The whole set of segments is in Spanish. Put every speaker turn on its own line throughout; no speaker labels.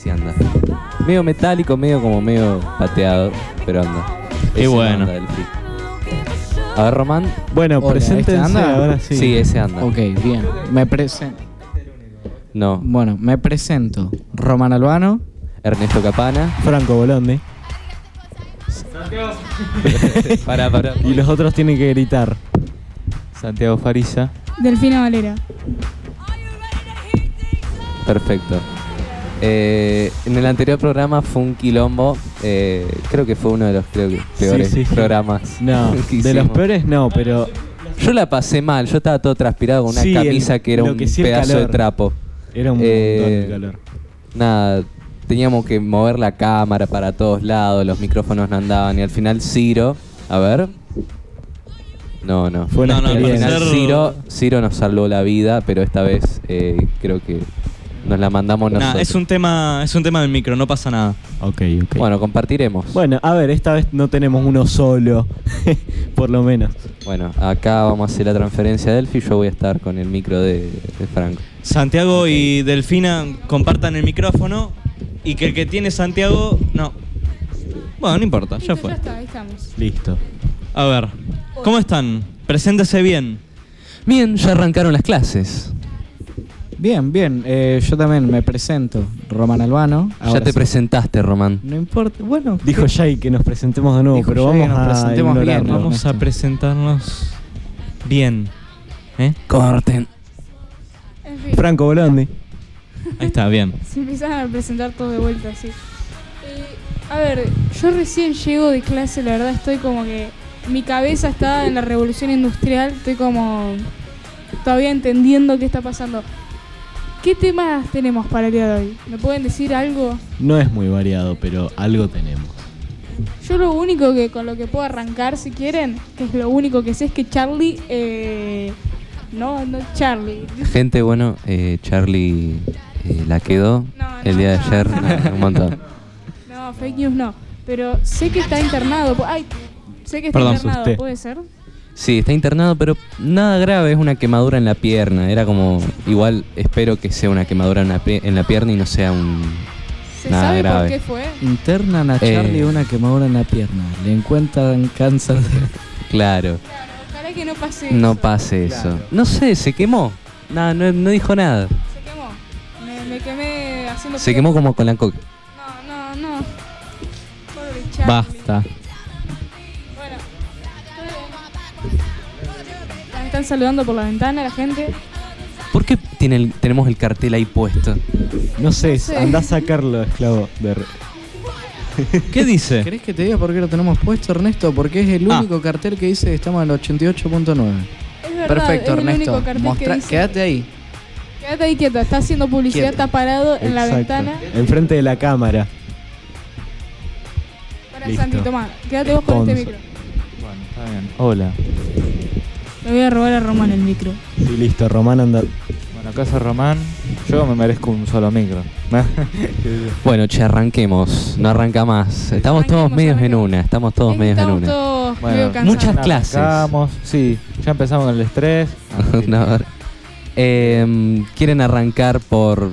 Sí anda. Medio metálico, medio como medio pateado, pero anda.
Qué
Ese no
bueno.
anda del free. A ver, Román.
Bueno,
Hola,
preséntense
¿este anda?
ahora
Sí,
sí.
ese anda.
Ok, bien. Me presen-
No.
Bueno, me presento. Román Albano.
Ernesto Capana.
Franco Bolondi.
Pará, pará.
Y los otros tienen que gritar.
Santiago Farisa.
Delfina Valera.
Perfecto. Eh, en el anterior programa fue un quilombo. eh, creo que fue uno de los creo que, peores
sí, sí.
programas.
No,
que
de los
hicimos.
peores no, pero
Yo la pasé mal. Yo estaba todo transpirado con una
Sí, el-
camisa que era
lo
un
que sí, el
pedazo de
calor.
trapo.
era un
Eh,
montón de calor.
Nada, teníamos que mover la cámara para todos lados. Los micrófonos no andaban. Y al final, Ciro. A ver. No, no.
Fue una
No, no,
Y al
Bien.
experiencia.
final
Ser-
Ciro, Ciro nos salvó la vida, pero esta vez eh, creo que nos la mandamos
Nah,
nosotros.
es un tema, es un tema del micro, no pasa nada.
Ok, ok. Bueno.
Bueno, compartiremos. Bueno.
a ver, esta vez no tenemos uno solo, por lo menos.
acá vamos a hacer la transferencia a Delphi. Yo voy a estar con el micro de, de Franco.
Santiago y Delfina compartan el micrófono y que el que tiene Santiago, no. Bueno, no importa, Ah, ya
Listo,
fue.
Ya está, ahí estamos.
Listo.
A ver, ¿cómo están? Preséntese bien.
Bien, ya arrancaron las clases.
Bien, bien. eh, yo también me presento. Román Albano. Ahora
ya te
sí.
presentaste, Román.
No importa. Bueno.
Dijo
¿qué?
Jay que nos presentemos de nuevo,
Dijo
pero
Jay que
vamos
nos
a
presentemos bien,
ignorarlo.
¿no?
Vamos a
Ernesto.
presentarnos bien. ¿Eh?
Corten.
En fin,
Franco Bolondi.
Ahí está, bien.
se empiezan a presentar todos de vuelta así. Y, a ver, yo recién llego de clase, la verdad estoy como que... Mi cabeza está en la revolución industrial, estoy como... Todavía entendiendo qué está pasando. ¿Qué temas tenemos para el día de hoy? ¿Me pueden decir algo?
No es muy variado, pero algo tenemos.
Yo lo único que con lo que puedo arrancar, si quieren, que es lo único que sé, es que Charlie... eh, no, no Charlie.
Gente, bueno, eh, Charlie eh, la quedó
No, no,
el día de
no.
ayer. no, un montón.
No, fake news no. Pero sé que está internado. po- Ay, sé que está
Perdón,
internado,
asusté.
¿puede ser?
Sí, está internado, pero nada grave, es una quemadura en la pierna. Era como, igual espero que sea una quemadura en la, pie- en la pierna y no sea un...
¿Se
Nada
sabe
grave.
por qué fue?
Internan a
Eh.
Charlie una quemadura en la pierna. Le encuentran cáncer. de-
Claro,
Ojalá que no pase
no
eso.
pase eso. No sé, se quemó. Nada, no, no dijo nada.
Se quemó. Me, me quemé haciendo...
Se
frío.
quemó como con la coca.
No, no, no. Pobre Charlie.
Basta.
Bueno. La están saludando por la ventana la gente.
¿Por qué tiene el- tenemos el cartel ahí puesto?
No sé,
sé.
andá a sacarlo, esclavo. de re-
¿Qué dice?
¿Querés que te diga por qué lo tenemos puesto, Ernesto? Porque es el
Ah.
único cartel que dice que estamos en el 88.9.
Es verdad,
Perfecto,
es el
Ernesto.
único cartel
Mostrá-
que dice.
Quédate ahí.
Quédate ahí quieto, está haciendo publicidad,
Quieto.
está parado en la
Exacto.
ventana.
Enfrente de la cámara.
Para
Listo.
Santi, toma, quédate vos con este
Sponsor.
micro.
Bueno, está bien. Hola.
Le voy a robar a Román el micro.
Sí, listo, Román anda.
Bueno, Casa Román, yo me merezco un solo micro.
Bueno, che, arranquemos. No arranca más. Estamos todos
Arranquemos,
medios en
arranquemos.
una. Estamos todos
Es que
medios en
estamos
una.
todos
Bueno,
medio cansados.
muchas- clases.
Arrancamos, sí, ya empezamos con el estrés.
No, a ver. Em, ¿Quieren arrancar por...?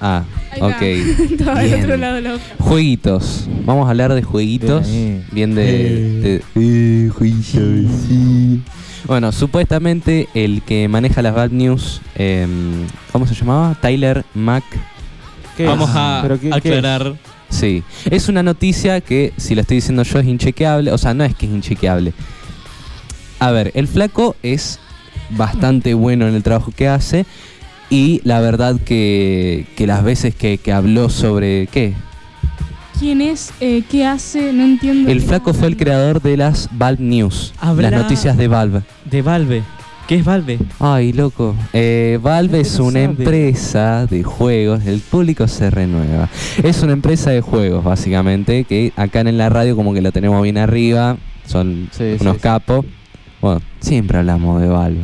Ah,
Ahí va.
ok.
Estaba al
Bien.
otro lado de la boca.
Jueguitos. Vamos a hablar de jueguitos.
Bien ahí.
Bien de. de- Bueno, supuestamente el que maneja las bad news. em, ¿Cómo se llamaba? Tyler Mac.
¿Qué
Vamos
es? Ah,
a
¿Pero qué- qué es?
aclarar.
Sí. Es una noticia que, si la estoy diciendo yo, es inchequeable. O sea, no es que es inchequeable. A ver, el flaco es bastante bueno en el trabajo que hace. Y la verdad que, que las veces que, que habló sobre. ¿Qué?
¿Quién es? Eh, ¿Qué hace? No entiendo.
El
qué
flaco
estamos
fue el
hablando.
creador de las Valve News,
Habla-
las noticias de Valve.
De Valve. ¿Qué es Valve?
Ay, loco. Eh, Valve
Nadie
es
lo
una
sabe.
empresa de juegos, el público se renueva. Es una empresa de juegos, básicamente, que acá en la radio como que la tenemos bien arriba, son
Sí,
unos
sí, sí.
capos. Bueno, siempre hablamos de Valve.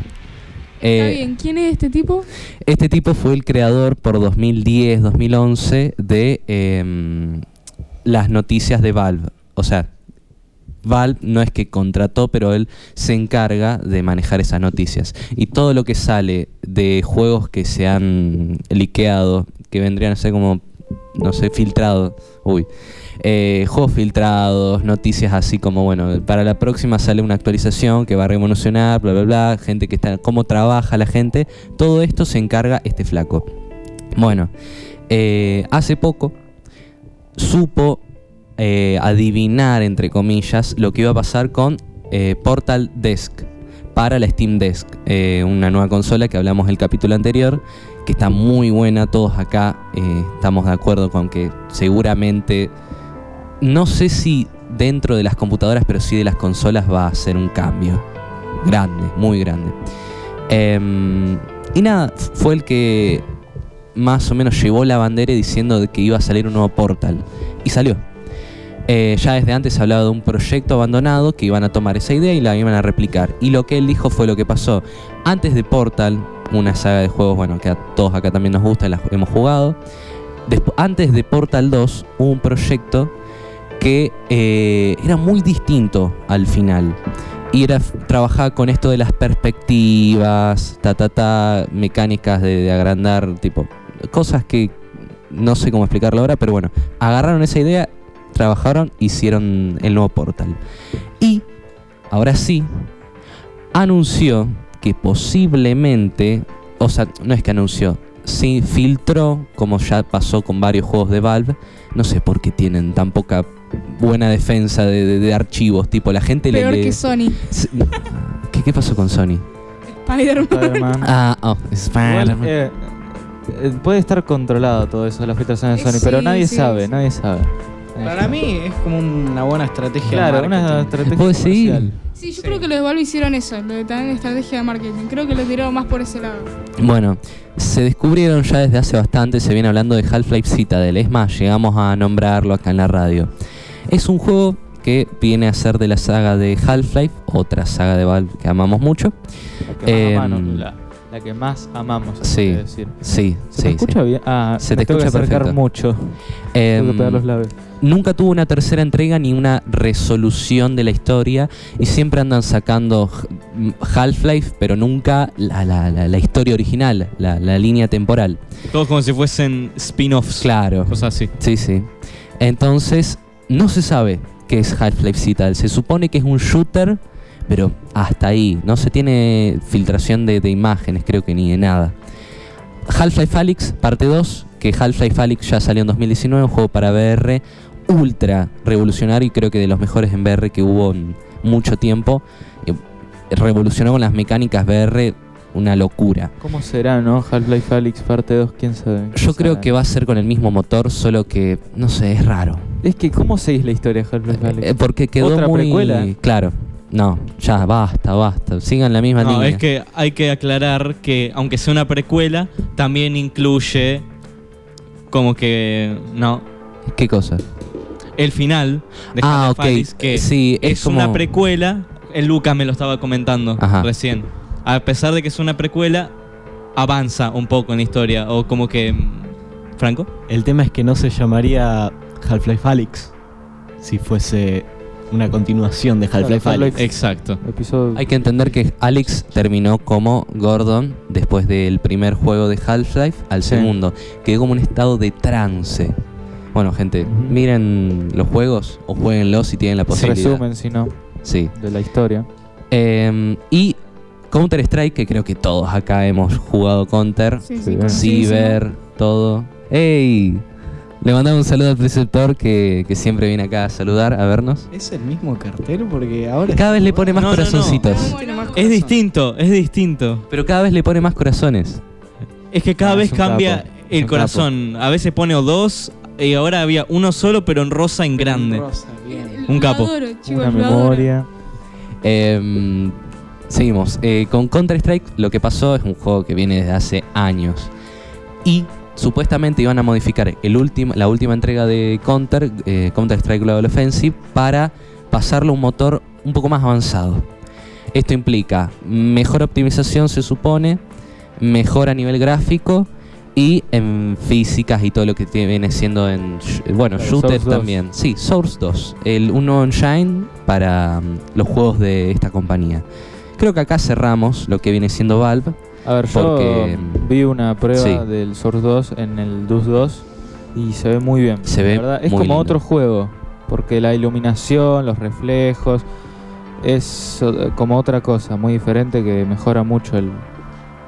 Está
Eh,
bien, ¿quién es este tipo?
este tipo fue el creador por 2010, 2011 de em, las noticias de Valve. O sea, Valve no es que contrató, pero él se encarga de manejar esas noticias. Y todo lo que sale de juegos que se han liqueado, que vendrían a ser como no sé, filtrado. Uy. Eh, juegos filtrados, noticias así como, bueno, para la próxima sale una actualización que va a revolucionar, bla, bla, bla, gente que está, cómo trabaja la gente. Todo esto se encarga este flaco. Bueno, eh, hace poco supo eh, adivinar, entre comillas, lo que iba a pasar con eh, Portal Desk para la Steam Desk, eh, una nueva consola que hablamos el capítulo anterior, que está muy buena, todos acá eh, estamos de acuerdo con que seguramente, no sé si dentro de las computadoras, pero sí de las consolas va a ser un cambio grande, muy grande. Em, y nada, f- fue el que más o menos llevó la bandera diciendo de que iba a salir un nuevo Portal, y salió. Eh, ya desde antes se hablaba de un proyecto abandonado que iban a tomar esa idea y la iban a replicar. Y lo que él dijo fue lo que pasó. Antes de Portal, una saga de juegos bueno, que a todos acá también nos gusta, la hemos jugado. Despu- antes de Portal 2 hubo un proyecto que eh, era muy distinto al final. Y era f- trabajar con esto de las perspectivas, ta, ta, ta, mecánicas de, de agrandar, tipo, cosas que no sé cómo explicarlo ahora, pero bueno, agarraron esa idea trabajaron, hicieron el nuevo portal. Y, ahora sí, anunció que posiblemente, o sea, no es que anunció, sí filtró, como ya pasó con varios juegos de Valve, no sé por qué tienen tan poca buena defensa de, de- de archivos, tipo, la gente le...
Peor
le-
que Sony.
se- Este, ¿Qué, qué pasó con Sony?
Spider-Man.
Spider-Man.
Ah, oh, Spider-Man.
Igual, eh, eh, puede estar controlado todo eso, las filtraciones de
Eh,
Sony, pero
sí,
nadie
sí,
sabe,
sí.
nadie sabe.
Para mí es como una buena estrategia.
Claro, una estrategia
¿Vos decís?
comercial.
Sí, yo creo que los de Valve hicieron eso, lo de también estrategia de marketing. Creo que lo tiraron más por ese lado.
Bueno, se descubrieron ya desde hace bastante, se viene hablando de Half-Life Citadel, es más, llegamos a nombrarlo acá en la radio. Es un juego que viene a ser de la saga de Half-Life, otra saga de Valve que amamos mucho.
La que,
Eh,
más amamos, la, la que más amamos,
sí,
hay que decir.
Sí,
¿Se
sí.
te
sí.
escucha bien? Ah,
Se
me
te
tengo que
escucha
acercar
perfecto.
mucho. tengo
Em,
que pegar los labios.
nunca tuvo una tercera entrega ni una resolución de la historia y siempre andan sacando h- mm, Half-Life, pero nunca la, la- la- la historia original, la, la línea temporal.
Todos como si fuesen spin-offs.
Claro.
Cosas así.
Sí, sí. Entonces, no se sabe qué es Half-Life Citadel. Se supone que es un shooter, pero hasta ahí. No se tiene filtración de, de imágenes, creo que ni de nada. Half-Life Alyx, parte 2, que Half-Life Alyx ya salió en 2019, un juego para VR ultra revolucionario y creo que de los mejores en VR que hubo en mucho tiempo. Eh, Revolucionó con las mecánicas VR una locura.
¿Cómo será, no? Half-Life Alyx parte 2, quién sabe.
Yo creo que va a ser con el mismo motor, solo que, no sé, es raro.
Es que, ¿cómo seguís la historia de Half-Life Alyx?
Eh, porque quedó
¿Otra
muy
precuela?
claro. No, ya basta, basta. Sigan la misma
No,
línea.
es que hay que aclarar que aunque sea una precuela, también incluye como que no
¿Qué cosa?
el final de
ah,
Half-Life
ok.
Alyx, que
sí, es,
es, una
como-
precuela. El Luca me lo estaba comentando
Ajá.
recién. A pesar de que es una precuela, avanza un poco en la historia o como que mm, Franco.
El tema es que no se llamaría Half-Life Alyx si fuese una continuación de Half-Life
Half-Life.
Alyx.
Exacto.
Episodio...
Hay que entender que Alex terminó como Gordon después del primer juego de Half-Life al
Sí.
segundo. Quedó como un estado de trance. Bueno, gente,
Ujú.
miren los juegos o jueguenlos si tienen la posibilidad.
resumen, si no,
Sí.
de la historia.
Eh, y Counter-Strike, que creo que todos acá hemos jugado Counter.
Sí,
Sí,
sí,
bien.
conocidísimo.
ciber, todo. ¡Ey! Le mandamos un saludo al preceptor que, que siempre viene acá a saludar, a vernos.
Es el mismo cartel porque ahora.
Cada vez le pone más
No, no, no.
corazoncitos.
Bueno,
Es distinto, es distinto.
Pero cada vez le pone más corazones.
Es que cada
No,
vez
es un
cambia
capo, es
el
un
corazón. A veces pone o dos y ahora había uno solo pero en rosa en grande.
Rosa, bien.
Un
Lo
capo.
adoro, chicos,
una
lo adoro.
memoria.
Em, seguimos. Eh, con Counter-Strike lo que pasó es un juego que viene desde hace años. Y supuestamente iban a modificar el último, la última entrega de Counter, eh, Counter-Strike Global Offensive, para pasarlo a un motor un poco más avanzado. Esto implica mejor optimización, se supone, mejor a nivel gráfico y en físicas y todo lo que tie- viene siendo en. sh- eh, Bueno,
Claro,
shooters
Source 2.
también. Sí, Source 2. El uno on Shine para mm, los juegos de esta compañía. Creo que acá cerramos lo que viene siendo Valve.
A ver, yo
Porque-
vi una prueba
Sí.
del Source 2 en el DUS 2 Y se ve muy bien.
Se ve
la verdad. Es
muy
como
lindo.
otro juego. Porque la iluminación, los reflejos. Es eh, como otra cosa muy diferente que mejora mucho el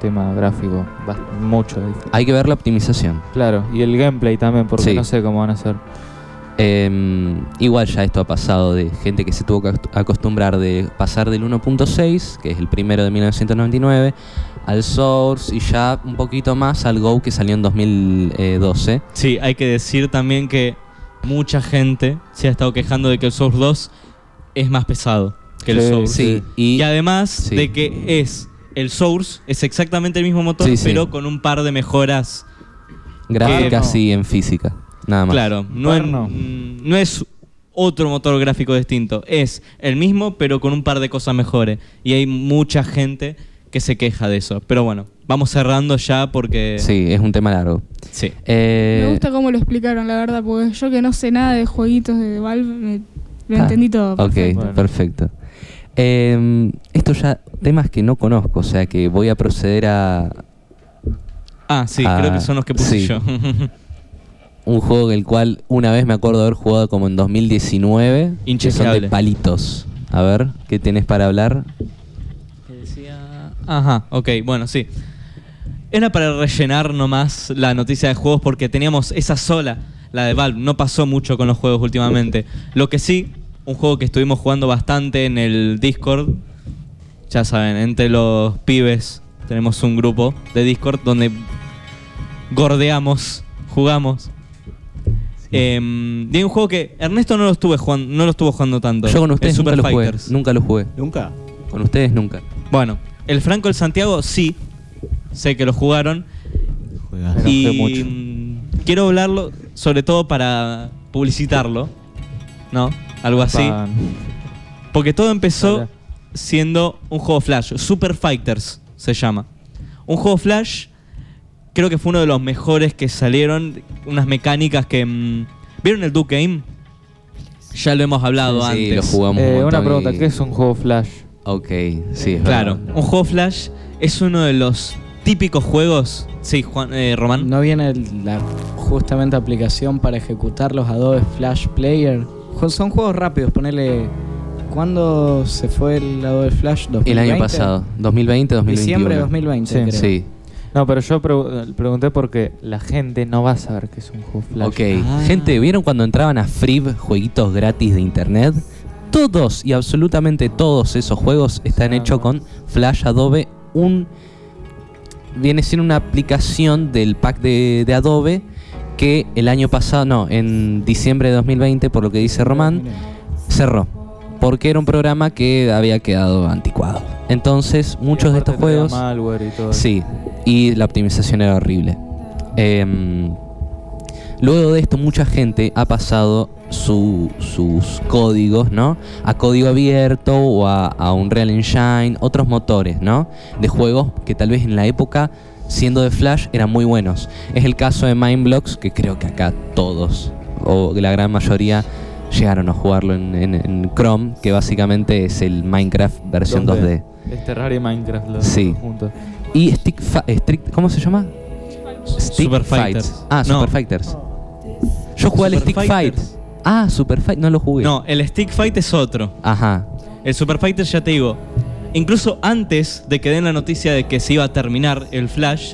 tema gráfico. bast- Mucho. dif-
Hay que ver la optimización.
Claro. Y el gameplay también, porque
Sí.
no sé cómo van a hacer.
Em, igual ya esto ha pasado de gente que se tuvo que acost- acostumbrar de pasar del 1.6, que es el primero de 1999, al Source y ya un poquito más al Go que salió en 2012.
Sí, hay que decir también que mucha gente se ha estado quejando de que el Source 2 es más pesado que el
Sí,
Source.
Sí,
Y,
y
además
sí.
de que es el Source, es exactamente el mismo motor,
Sí, sí.
pero con un par de mejoras.
gráficas
Que no.
y en física, nada más.
Claro, no, en-
Porno.
mm, no es otro motor gráfico distinto, es el mismo, pero con un par de cosas mejores. Y hay mucha gente que se queja de eso. Pero bueno, vamos cerrando ya porque.
Sí, es un tema largo.
Sí.
Eh,
Me gusta cómo lo explicaron, la verdad, porque yo que no sé nada de jueguitos de Valve, me, lo
Ah,
entendí todo.
Ok,
perfecto.
Bueno.
perfecto. Em, esto ya, temas que no conozco, o sea que voy a proceder a
Ah, sí,
Ah,
creo que son los que puse
sí.
yo.
un juego del cual una vez me acuerdo haber jugado como en 2019. Que son de
Inchequeable.
palitos. A ver, ¿qué tenés para hablar?
Que decía- Ajá, ok, bueno, sí. Era para rellenar nomás la noticia de juegos porque teníamos esa sola, la de Valve. No pasó mucho con los juegos últimamente. Lo que sí, un juego que estuvimos jugando bastante en el Discord. Ya saben, entre los pibes tenemos un grupo de Discord donde gordeamos, jugamos. Em, y hay un juego que Ernesto no lo, estuve jugando, no lo estuvo jugando tanto.
Yo con
el
ustedes nunca
Super
lo jugué.
Fighters.
Nunca lo jugué.
¿Nunca?
Con ustedes nunca.
Bueno, el Franco el Santiago sí, sé que lo jugaron
Juegas.
Me enojé
y
mucho.
mm, quiero hablarlo sobre todo para publicitarlo, ¿no? Algo así,
Van-
porque todo empezó
Hola.
siendo un juego Flash, Super Fighters se llama. Un juego Flash creo que fue uno de los mejores que salieron, unas mecánicas que mm, ¿Vieron el Duke Game? Ya lo hemos hablado antes.
Sí, lo jugamos. un
Eh, una
montón
pregunta,
y-
¿qué es un juego Flash?
Ok, sí, es
Claro,
verdad.
un juego Flash es uno de los típicos juegos. Sí, Juan, eh, Román.
¿No viene el- la justamente aplicación para ejecutar los Adobe Flash Player? Jo- Son juegos rápidos, ponele... ¿Cuándo se fue el Adobe Flash? ¿2020?
El año pasado, 2020, 2021.
Diciembre de 2020,
Sí.
creo.
Sí,
No, pero yo pregu- pregunté porque la gente no va a saber que es un juego Flash. Ah.
ok. Gente, ¿vieron cuando entraban a Free jueguitos gratis de internet? Todos y absolutamente todos esos juegos están
Ah.
hechos con Flash Adobe, un viene siendo una aplicación del pack de, de Adobe que el año pasado, no, en diciembre de 2020, por lo que dice Román, cerró. Porque era un programa que había quedado anticuado. Entonces, muchos de estos juegos...
Malware y todo.
Sí, y la optimización era horrible. Em, luego de esto, mucha gente ha pasado su- sus códigos, ¿no? A código abierto o a, a Unreal Engine, otros motores, ¿no? De juegos que tal vez en la época, siendo de Flash, eran muy buenos. Es el caso de Mindblocks, que creo que acá todos, o la gran mayoría, llegaron a jugarlo en, en- en Chrome, que básicamente es el Minecraft versión 2D.
2D. Es Terraria y Minecraft los
Sí.
dos juntos.
Y Stick Fa- Strict- ¿Cómo se llama? Stick
Super
Fights.
Fighters.
Ah,
No.
Super Fighters. Yo jugué al
Super
Stick
Fighters.
Fight. Ah, Super Fight, no lo jugué.
No, el Stick Fight es otro.
Ajá.
El Super Fighter, ya te digo, incluso antes de que den la noticia de que se iba a terminar el Flash,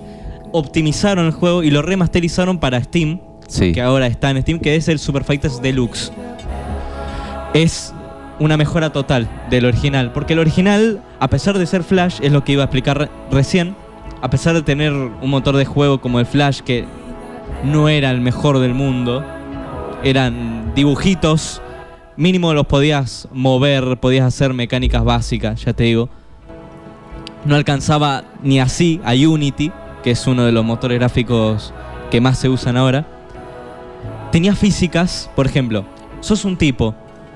optimizaron el juego y lo remasterizaron para Steam,
Sí.
que ahora está en Steam, que es el Super Fighters Deluxe. Es una mejora total del original, porque el original, a pesar de ser Flash, es lo que iba a explicar re- recién, a pesar de tener un motor de juego como el Flash que no era el mejor del mundo, eran dibujitos, mínimo los podías mover, podías hacer mecánicas básicas, ya te digo. No alcanzaba ni así a Unity, que es uno de los motores gráficos que más se usan ahora. Tenía físicas, por ejemplo, sos un tipo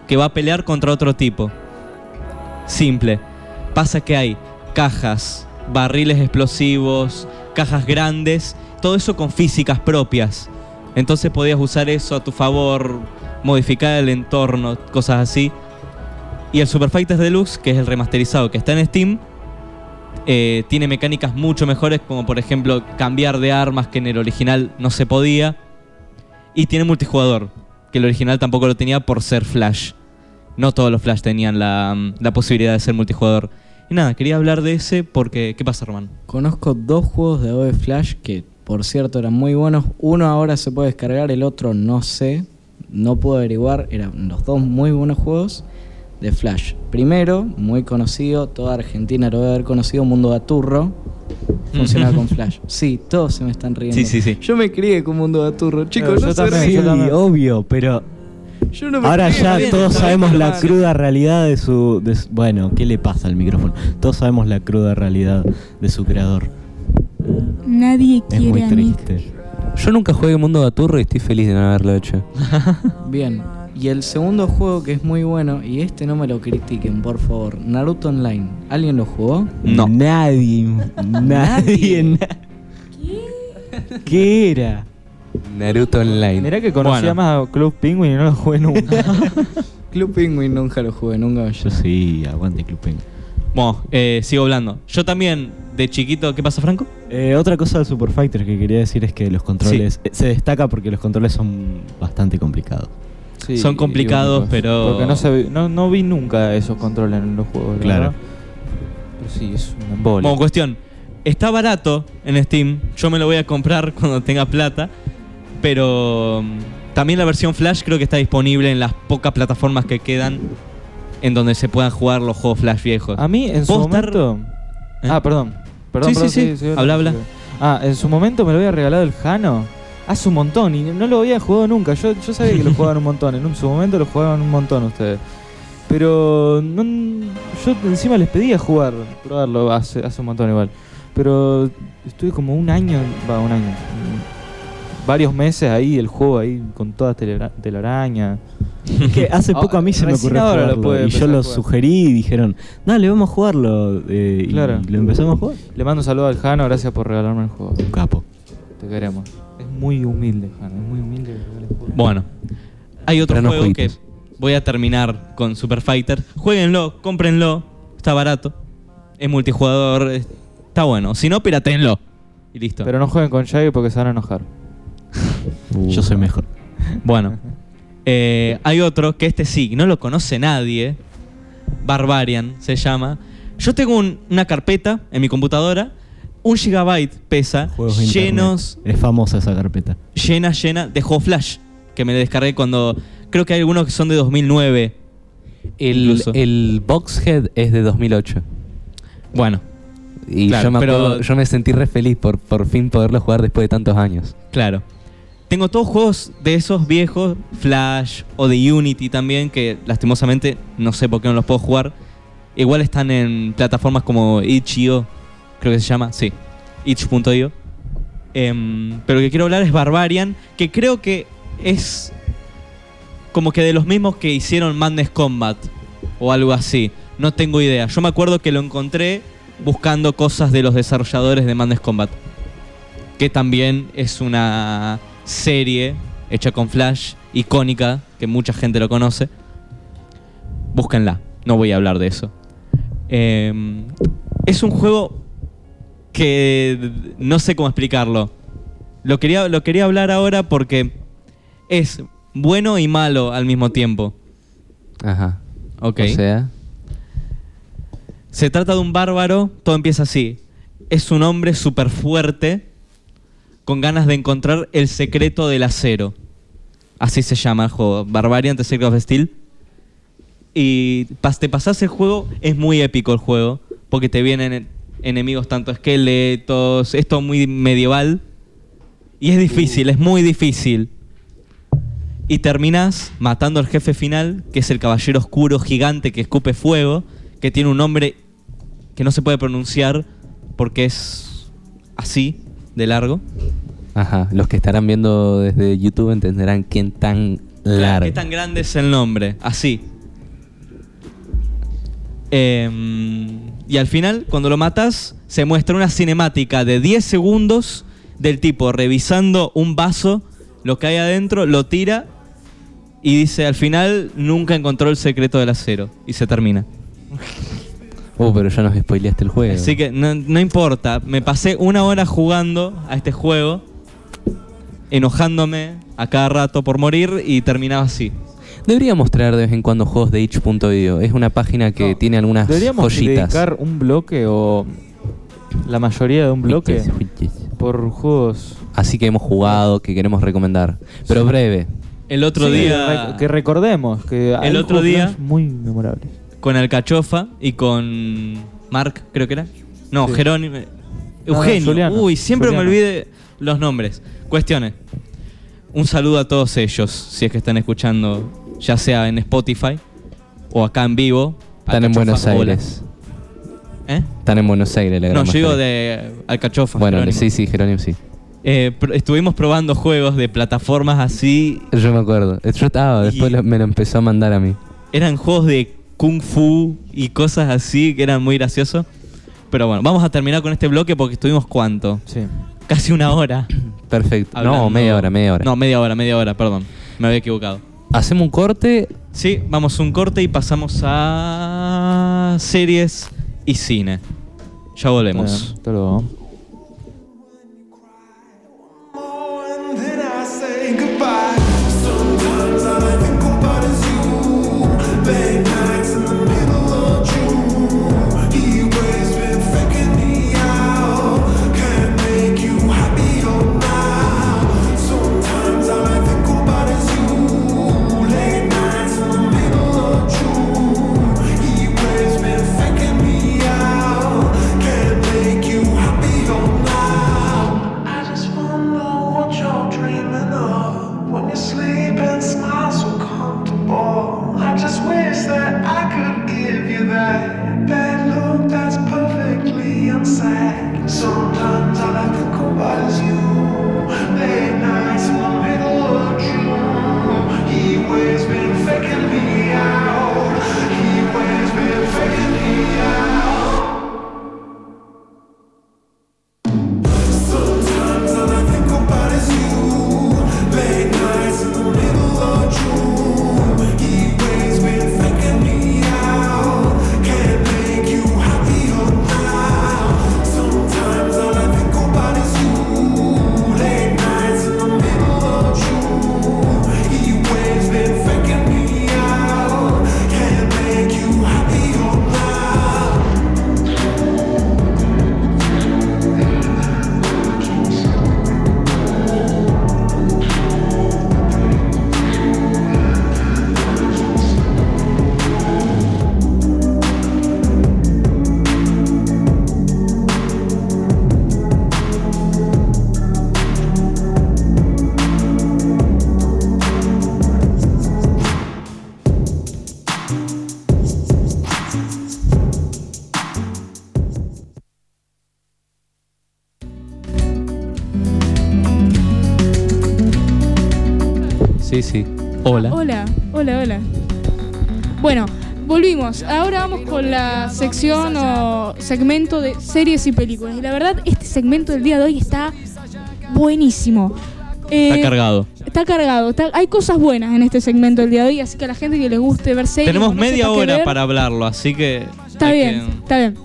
que va a pelear contra otro tipo. Simple. Pasa que hay cajas, barriles explosivos, cajas grandes, todo eso con físicas propias. Entonces podías usar eso a tu favor, modificar el entorno, cosas así. Y el Super Fighters Deluxe, que es el remasterizado que está en Steam, eh, tiene mecánicas mucho mejores, como por ejemplo cambiar de armas que en el original no se podía. Y tiene multijugador, que el original tampoco lo tenía por ser Flash. No todos los Flash tenían la, mm, la posibilidad de ser multijugador. Y nada, quería hablar de ese porque... ¿Qué pasa, Román?
Conozco dos juegos de Adobe Flash que, por cierto, eran muy buenos. Uno ahora se puede descargar, el otro no sé. No puedo averiguar. Eran los dos muy buenos juegos de Flash. Primero, muy conocido, toda Argentina lo debe haber conocido, Mundo Baturro. Funcionaba con Flash. Sí, todos se me están riendo.
Sí, sí, sí.
Yo me crié con Mundo Baturro,
Eh,
chicos.
yo
no se
también,
Sí,
yo
ríen.
también.
obvio, pero
Yo no me
ahora
crié,
ya
está bien,
todos
está
sabemos
bien,
la
hermano.
cruda realidad de su, de su- Bueno, ¿qué le pasa al micrófono? Todos sabemos la cruda realidad de su creador.
Nadie
Es
quiere
muy
a Nick.
triste.
Yo nunca jugué Mundo Baturro y estoy feliz de no haberlo hecho.
Bien. Y el segundo juego que es muy bueno, y este no me lo critiquen, por favor. Naruto Online. ¿Alguien lo jugó?
No.
Nadie. Nadie. ¿Qué? ¿Qué era?
Naruto Online.
Mirá que conocía
Bueno.
más a Club Penguin y no lo jugué nunca.
Club Penguin nunca lo jugué, nunca me
Yo sí, aguante Club Penguin.
Bueno, eh, sigo hablando. Yo también, de chiquito... ¿Qué pasa, Franco?
Eh, otra cosa del Super Fighter que quería decir es que los controles eh, se destaca porque los controles son bastante complicados.
Sí,
Son
y
complicados,
únicos.
pero-
Porque no, se vi- no, no vi nunca esos controles en los juegos, la
Claro.
verdad. Pero sí, es un embole.
Bueno, cuestión. Está barato en Steam. Yo me lo voy a comprar cuando tenga plata. Pero mm, también la versión Flash creo que está disponible en las pocas plataformas que quedan en donde se puedan jugar los juegos Flash viejos.
A mí en su
Pues, ¿Puedo estar-
momento.
¿Eh?
Ah, perdón. Perdón,
Sí, sí,
perdón,
sí. Habla, habla.
Ah, en su momento me lo había regalado el Jano. Hace un montón y no lo había jugado nunca. Yo, yo sabía que lo jugaban un montón. En un- su momento lo jugaban un montón ustedes. Pero no- yo encima les pedía jugar, probarlo hace, hace un montón igual. Pero estuve como un año, va, un año. mm, Varios meses ahí, el juego ahí con todas telera- telaraña.
Es que hace poco a mí se me
Ah, Recién
ocurrió
ahora lo
jugarlo
puede
y yo
empezar a
lo
jugar.
sugerí y dijeron, dale, vamos a jugarlo. eh,
Claro.
Y lo empezamos a jugar.
Le mando un saludo al Jano, gracias por regalarme el juego.
Un capo.
Te queremos. Es muy humilde, Jano, es muy humilde.
Bueno, hay otro
Pero no
juego
jueguitos.
que voy a terminar con Super Fighter. Jueguenlo, cómprenlo. Está barato. Es multijugador. es- Está bueno. Si no, piratenlo. Y listo.
Pero no jueguen con Shaggy porque se van a enojar. Uh.
Yo soy mejor.
Bueno, eh, hay otro que este sí, no lo conoce nadie. Barbarian se llama. Yo tengo un- una carpeta en mi computadora, un gigabyte pesa,
Juegos de internet.
llenos,
Es famosa esa carpeta.
llena, llena de juegos Flash, que me descargué cuando. Creo que hay algunos que son de 2009.
El,
Incluso.
el Boxhead es de 2008.
Bueno,
Y
Claro,
yo, me
pero-
acuerdo- yo me sentí re feliz por por fin poderlo jugar después de tantos años.
Claro. Tengo todos juegos de esos viejos, Flash o de Unity también, que lastimosamente no sé por qué no los puedo jugar. Igual están en plataformas como itch.io, creo que se llama, sí, itch.io. Em, pero lo que quiero hablar es Barbarian, que creo que es como que de los mismos que hicieron Madness Combat o algo así. No tengo idea. Yo me acuerdo que lo encontré buscando cosas de los desarrolladores de Madness Combat que también es una serie hecha con Flash, icónica, que mucha gente lo conoce. Búsquenla, no voy a hablar de eso. Eh, es un juego que no sé cómo explicarlo. Lo quería, lo quería hablar ahora porque es bueno y malo al mismo tiempo.
Ajá.
Ok.
O sea,
Se trata de un bárbaro, todo empieza así. Es un hombre súper fuerte, con ganas de encontrar el secreto del acero. Así se llama el juego, Barbarian The Secret of Steel. Y pas- te pasás el juego, es muy épico el juego, porque te vienen en- enemigos tanto esqueletos, esto muy medieval. Y es difícil, es muy difícil. Y terminas matando al jefe final, que es el caballero oscuro gigante que escupe fuego, que tiene un nombre que no se puede pronunciar porque es así, de largo.
ajá. Los que estarán viendo desde YouTube entenderán quién tan largo.
¿Qué tan grande es el nombre? Así. Em, y al final, cuando lo matas, se muestra una cinemática de 10 segundos del tipo revisando un vaso, lo que hay adentro, lo tira y dice al final nunca encontró el secreto del acero. Y se termina.
Oh, pero ya nos spoileaste el juego.
Así que no, no importa, me pasé una hora jugando a este juego. enojándome a cada rato por morir y terminaba así.
Deberíamos traer de vez en cuando juegos de itch.io. Es una página que
No.
tiene algunas
Deberíamos
joyitas.
dedicar un bloque o la mayoría de un bloque
Witches, witches.
por juegos.
Así que hemos jugado, que queremos recomendar. Pero breve.
El otro
Sí,
día
rec- que recordemos que hay
El otro
juegos
día-
flash muy memorables.
con Alcachofa y con Mark, creo que era. No,
Sí.
Jerónimo.
no,
Eugenio.
Juliano,
Uy, siempre
Juliano.
me olvide los nombres. Cuestiones. Un saludo a todos ellos, si es que están escuchando, ya sea en Spotify o acá en vivo.
Están en
Alcachofa,
Buenos
hola.
Aires.
¿Eh?
Están en Buenos Aires, la gran
No, yo digo
mayoría.
de Alcachofa.
Bueno,
Jerónimo.
sí, sí, Jerónimo, sí.
Eh, pr- estuvimos probando juegos de plataformas así.
Yo me acuerdo. Yo estaba,
Y-
después lo- me lo empezó a mandar a mí.
Eran juegos de kung fu y cosas así que eran muy graciosos. Pero bueno, vamos a terminar con este bloque porque estuvimos cuánto?
Sí.
Casi una hora.
Perfecto.
hablando-
No, media hora, media hora.
No, media hora, media hora, perdón. Me había equivocado.
Hacemos un corte.
Sí, vamos a un corte y pasamos a series y cine. Ya volvemos.
Bueno, hasta luego.
and then I say goodbye. Sometimes all I think about is you. Late nights in the middle of June. He always been faking me out. Can't make you happier now. Sometimes all I think about is you. Late nights in the middle of June. He always been faking me out. Can't make you happier now. I just wanna know what you're dreaming of when you sleep and smile so comfortable. Oh, I just wish that I could give you that bad look that's perfectly unsaid. Sometimes all I think about is you. Late nights in the middle of June. He always been faking me out. He always been faking me out. Sometimes all I think about is you. Late nights in the middle of June. He always been faking me out. Can't make you happier now. Sometimes all I think about is you. Late nights in the middle of June. He always been faking me out. Can't make you happier now.
Sí, sí.
Hola.
Hola, hola, hola. Bueno, volvimos. Ahora vamos con la sección o segmento de series y películas. Y la verdad, este segmento del día de hoy está buenísimo. Eh,
Está cargado.
Está cargado. está- hay cosas buenas en este segmento del día de hoy, así que a la gente que le guste ver series.
Tenemos
o no
media
sepa qué
hora
ver,
para hablarlo, así que.
Está
hay
bien,
Eh, que-
está bien.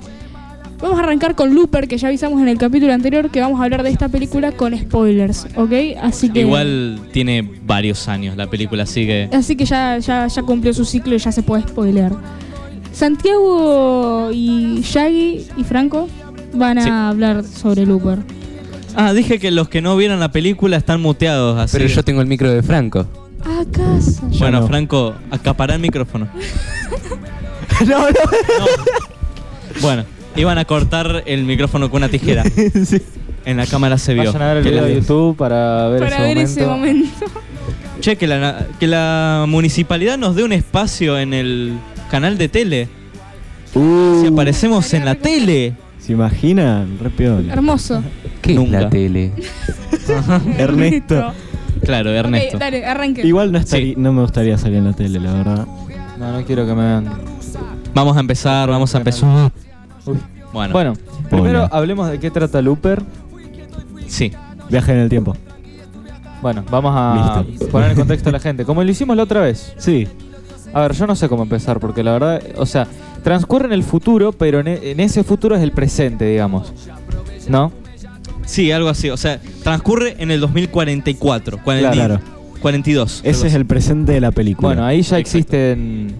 Vamos a arrancar con Looper, que ya avisamos en el capítulo anterior que vamos a hablar de esta película con spoilers, ¿ok? Así que.
Igual tiene varios años la película, así que.
Así que ya, ya, ya cumplió su ciclo y ya se puede spoiler. Santiago y Shaggy y Franco van a
Sí.
hablar sobre Looper.
Ah, dije que los que no vieron la película están muteados, así.
Pero yo tengo el micro de Franco.
A casa.
Bueno,
Bueno.
Franco, acapará el micrófono. No. Bueno, iban a cortar el micrófono con una tijera. En la cámara se vio.
Vayan a ver el
Que la-
video de YouTube para ver,
Para
ese,
ver
momento.
ese momento.
Che, que la, que la municipalidad nos dé un espacio en el canal de tele.
Uh.
Si aparecemos en la tele.
¿Se imaginan? Re piola.
Hermoso.
¿Qué
Nunca.
es la tele?
Ernesto.
Claro, Ernesto.
Ok, dale, arranque.
Igual no, estaría-
Sí.
no me gustaría salir en la tele, la verdad.
No, no quiero que me vean.
Vamos a empezar, vamos a empezar.
Uy.
Bueno,
Bueno, primero
Hola.
hablemos de qué trata Looper.
sí.
Viaje en el tiempo.
Bueno, vamos a
Listo.
poner en contexto a la gente. Como lo hicimos la otra vez.
Sí,
A ver, yo no sé cómo empezar, porque la verdad, o sea, transcurre en el futuro, pero en, e- en ese futuro es el presente, digamos. ¿No?
Sí, algo así. O sea, transcurre en el 2044. cuarenta y-
Claro.
42. algo
Ese es
así.
el presente de la película.
Bueno, ahí ya
Exacto.
existen.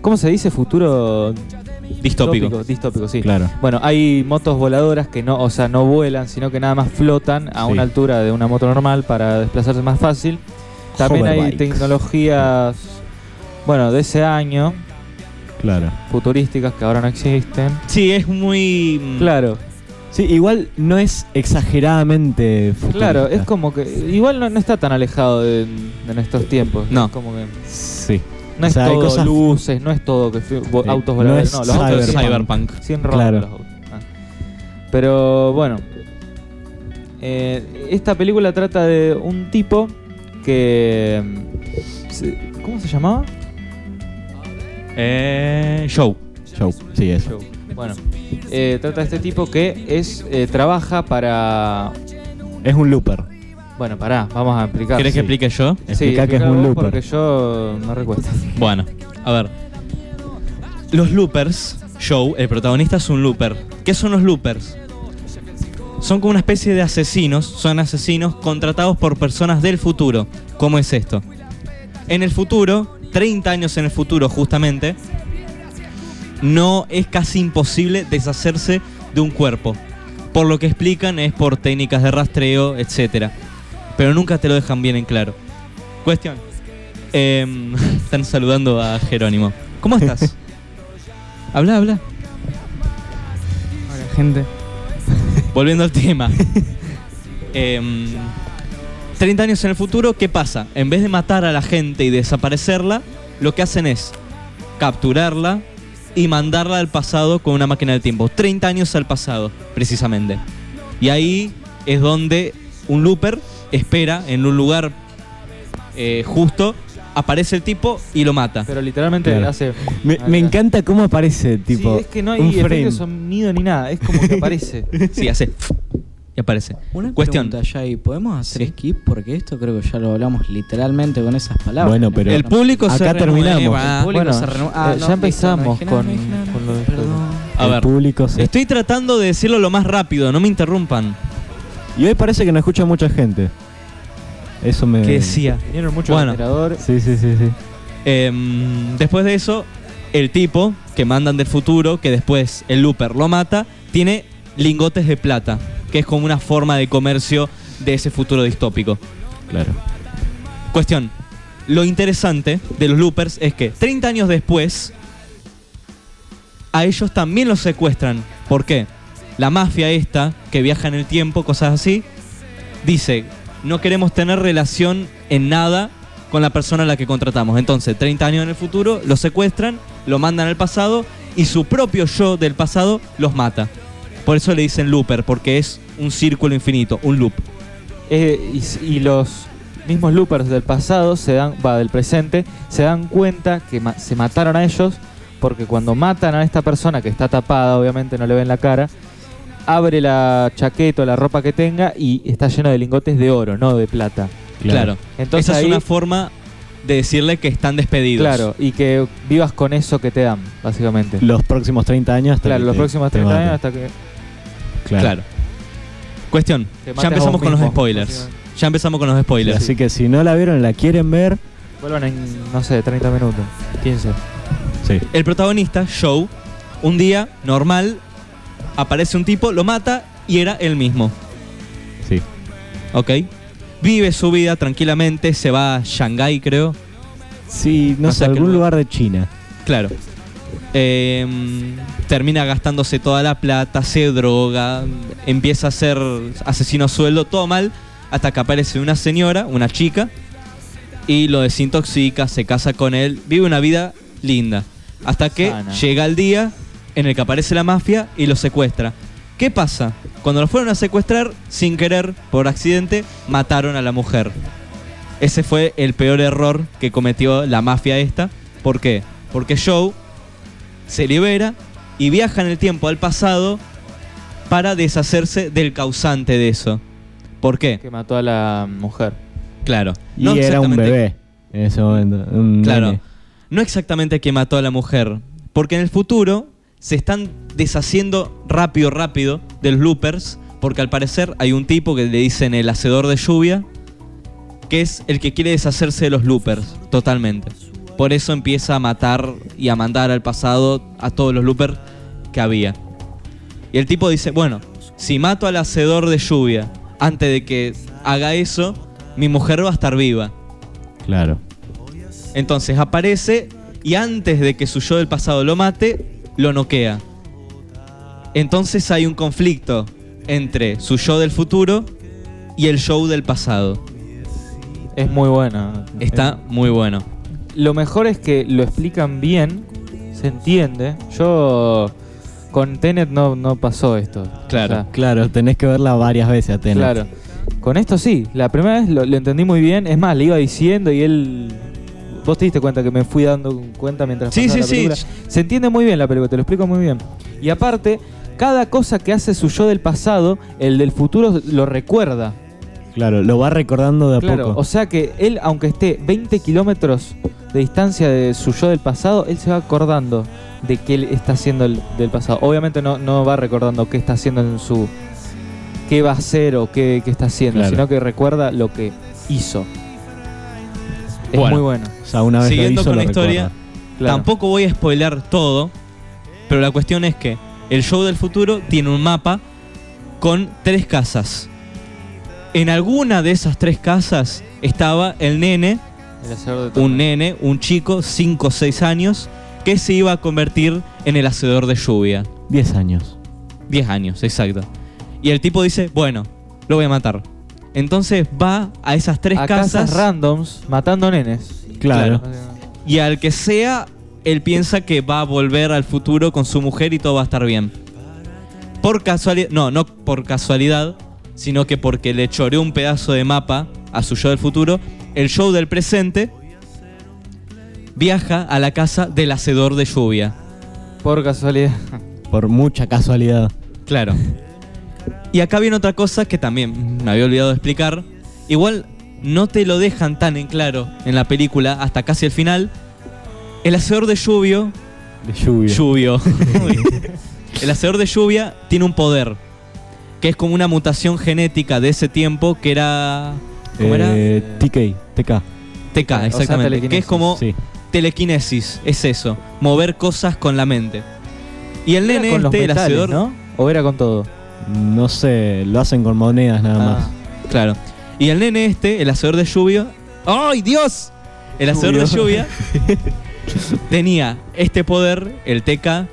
¿Cómo se dice? Futuro
distópico.
Distópico, sí.
Claro.
Bueno, hay motos voladoras que no, o sea, no vuelan, sino que nada más flotan a
Sí.
una altura de una moto normal para desplazarse más fácil. También hay
Hoverbikes.
tecnologías, bueno, de ese año,
Claro.
futurísticas que ahora no existen.
Sí, es muy. mm,
Claro,
Sí, igual no es exageradamente futurista.
claro, es como que igual no, no está tan alejado de, de nuestros tiempos.
No.
Es como que
Sí,
no
O
es
sea, hay
todo
cosas-
luces, no es todo que fi- vo-
Sí,
autos
no
voladores,
es
no, los
Los autos
autos
de
Cyberpunk.
Cyberpunk.
Sin robar
Claro.
los autos. Ah. Pero bueno. Eh, esta película trata de un tipo que. mm, se- ¿Cómo se llamaba?
Eh, show.
show. Sí, eso.
Bueno, eh, trata de este tipo que es eh, trabaja para.
Es un looper.
Bueno, pará, vamos a explicar.
¿Querés que explique yo?
Explica que es
explica
un
vos
looper.
Porque yo no recuerdo.
Bueno, a ver. Los loopers, Joe, el protagonista es un looper. ¿Qué son los loopers? Son como una especie de asesinos, son asesinos contratados por personas del futuro. ¿Cómo es esto? En el futuro, 30 años en el futuro justamente, no es casi imposible deshacerse de un cuerpo. Por lo que explican es por técnicas de rastreo, etc. Pero nunca te lo dejan bien en claro. Cuestión. Em, están saludando a Jerónimo. ¿Cómo estás? habla, habla.
Hola, gente.
Volviendo al tema. Em, 30 años en el futuro, ¿qué pasa? En vez de matar a la gente y desaparecerla, lo que hacen es capturarla y mandarla al pasado con una máquina del tiempo. 30 años al pasado, precisamente. Y ahí es donde un looper espera en un lugar eh, justo, aparece el tipo y lo mata.
Pero literalmente
Claro.
hace.
Me,
Ah,
me
ya.
encanta cómo aparece, tipo.
sí, es que no hay
un
efecto
frame.
de sonido ni nada, es como que aparece.
Sí, hace. Y aparece.
Una
Cuestión.
pregunta ya ahí, ¿podemos hacer
Sí.
skip? Porque esto creo que ya lo hablamos literalmente con esas palabras.
Bueno, pero-
el público se
Acá
renueva.
terminamos.
público
bueno,
se renova- Ah,
eh,
no,
ya
listo, no
empezamos
dije nada,
con,
no dije nada.
con lo de-
Perdón.
A
el
ver,
público se-
estoy tratando de decirlo lo más rápido, no me interrumpan.
Y hoy parece que no escucha mucha gente. Eso me.
¿Qué decía?
Vinieron muchos
Bueno.
generadores.
Sí, sí, sí, sí.
Em, después de eso, el tipo que mandan del futuro, que después el looper lo mata, tiene lingotes de plata, que es como una forma de comercio de ese futuro distópico.
Claro.
Cuestión. Lo interesante de los loopers es que 30 años después, a ellos también los secuestran. ¿Por qué? La mafia esta, que viaja en el tiempo, cosas así, dice, no queremos tener relación en nada con la persona a la que contratamos. Entonces, 30 años en el futuro, los secuestran, lo mandan al pasado y su propio yo del pasado los mata. Por eso le dicen looper, porque es un círculo infinito, un loop.
Eh, y, s- y los mismos loopers del pasado se dan, va, del presente, se dan cuenta que ma- se mataron a ellos porque cuando matan a esta persona que está tapada, obviamente no le ven la cara, abre la chaqueta o la ropa que tenga y está lleno de lingotes de oro, no de plata.
Claro.
Entonces
Esa
ahí,
es una forma de decirle que están despedidos.
claro, y que vivas con eso que te dan, básicamente.
Los próximos 30 años. hasta
Claro,
que
los
te-
próximos
te
30 años
maten.
hasta que
Claro. Cuestión,
Te mates
ya
a
empezamos
vos
con los
mismo,
spoilers. Ya empezamos con los
Sí,
spoilers.
Así que si no la vieron, la quieren ver.
vuelvan en, no sé, 30 minutos, 15.
Sí.
El protagonista, Show, un día normal, aparece un tipo, lo mata y era él mismo.
Sí.
¿Ok? Vive su vida tranquilamente, se va a Shanghái, creo.
Sí, no
O
sé,
sea que
algún
no-
lugar de China.
Claro. Em, termina gastándose toda la plata, se droga, empieza a ser asesino a sueldo, todo mal, hasta que aparece una señora, una chica, y lo desintoxica, se casa con él, vive una vida linda. Hasta que
Sana.
llega el día en el que aparece la mafia y lo secuestra. ¿Qué pasa? Cuando lo fueron a secuestrar, sin querer, por accidente, mataron a la mujer. Ese fue el peor error que cometió la mafia esta. ¿Por qué? Porque Joe se libera y viaja en el tiempo al pasado para deshacerse del causante de eso. ¿Por qué?
Que mató a la mujer.
Claro.
Y
no
era un
exactamente-
bebé en ese momento. un
Claro.
nene.
No exactamente que mató a la mujer. Porque en el futuro se están deshaciendo rápido, rápido de los loopers Porque al parecer hay un tipo que le dicen el hacedor de lluvia, que es el que quiere deshacerse de los loopers totalmente. Por eso empieza a matar y a mandar al pasado a todos los loopers que había. Y el tipo dice, bueno, si mato al hacedor de lluvia antes de que haga eso, mi mujer va a estar viva.
Claro.
Entonces aparece y antes de que su yo del pasado lo mate, lo noquea. Entonces hay un conflicto entre su yo del futuro y el show del pasado.
Es muy buena.
Está muy bueno.
Lo mejor es que lo explican bien, se entiende. Yo con Tenet no, no pasó esto.
Claro.
Claro, tenés que verla varias veces a
O sea,
Tenet.
claro. Con esto sí, la primera vez lo, lo entendí muy bien. Es más, le iba diciendo y él. Vos te diste cuenta que me fui dando cuenta mientras
Sí,
pasaba
sí,
la
sí.
película. Se entiende muy bien la película, te lo explico muy bien. Y aparte, cada cosa que hace su yo del pasado, el del futuro lo recuerda.
Claro, lo va recordando de a
Claro,
poco.
o sea que él, aunque esté 20 kilómetros de distancia de su yo del pasado, él se va acordando de qué él está haciendo el- del pasado. Obviamente no, no va recordando qué está haciendo en su... qué va a hacer o qué, qué está haciendo,
Claro.
sino que recuerda lo que hizo. Es
Bueno.
muy bueno.
O sea, una vez
Siguiendo
lo hizo,
con la
lo
historia,
recuerda.
claro.
Tampoco voy a spoiler todo, pero la cuestión es que el show del futuro tiene un mapa con tres casas. En alguna de esas tres casas estaba el nene,
El hacedor de todo.
un nene, un chico, 5 o 6 años, que se iba a convertir en el hacedor de lluvia.
10 años.
10 años, exacto. Y el tipo dice, bueno, lo voy a matar. Entonces va a esas tres
A
casas,
casas randoms matando nenes.
Claro.
y al que sea, él piensa que va a volver al futuro con su mujer y todo va a estar bien. Por casualidad, no, no por casualidad, sino que porque le choreó un pedazo de mapa a su yo del futuro, el show del presente viaja a la casa del hacedor de lluvia.
Por casualidad.
Por mucha casualidad.
Claro. Y acá viene otra cosa que también me había olvidado de explicar. Igual no te lo dejan tan en claro en la película hasta casi el final. El hacedor de lluvio.
De lluvia.
Lluvio. Uy. el hacedor de lluvia tiene un poder. Que es como una mutación genética de ese tiempo que era. ¿Cómo
Eh, TK, TK.
era? TK,
o sea,
exactamente. que es
telequinesis,
como
Sí.
telequinesis. Es eso. Mover cosas con la mente. Y el
Era
nene
con los
este, el
metales,
hacedor.
¿no? ¿O era con todo?
No sé, lo hacen con monedas nada
Ah.
más.
Claro. Y el nene este, el hacedor de lluvia. ¡Ay, Dios! El hacedor de lluvia tenía este poder, el TK,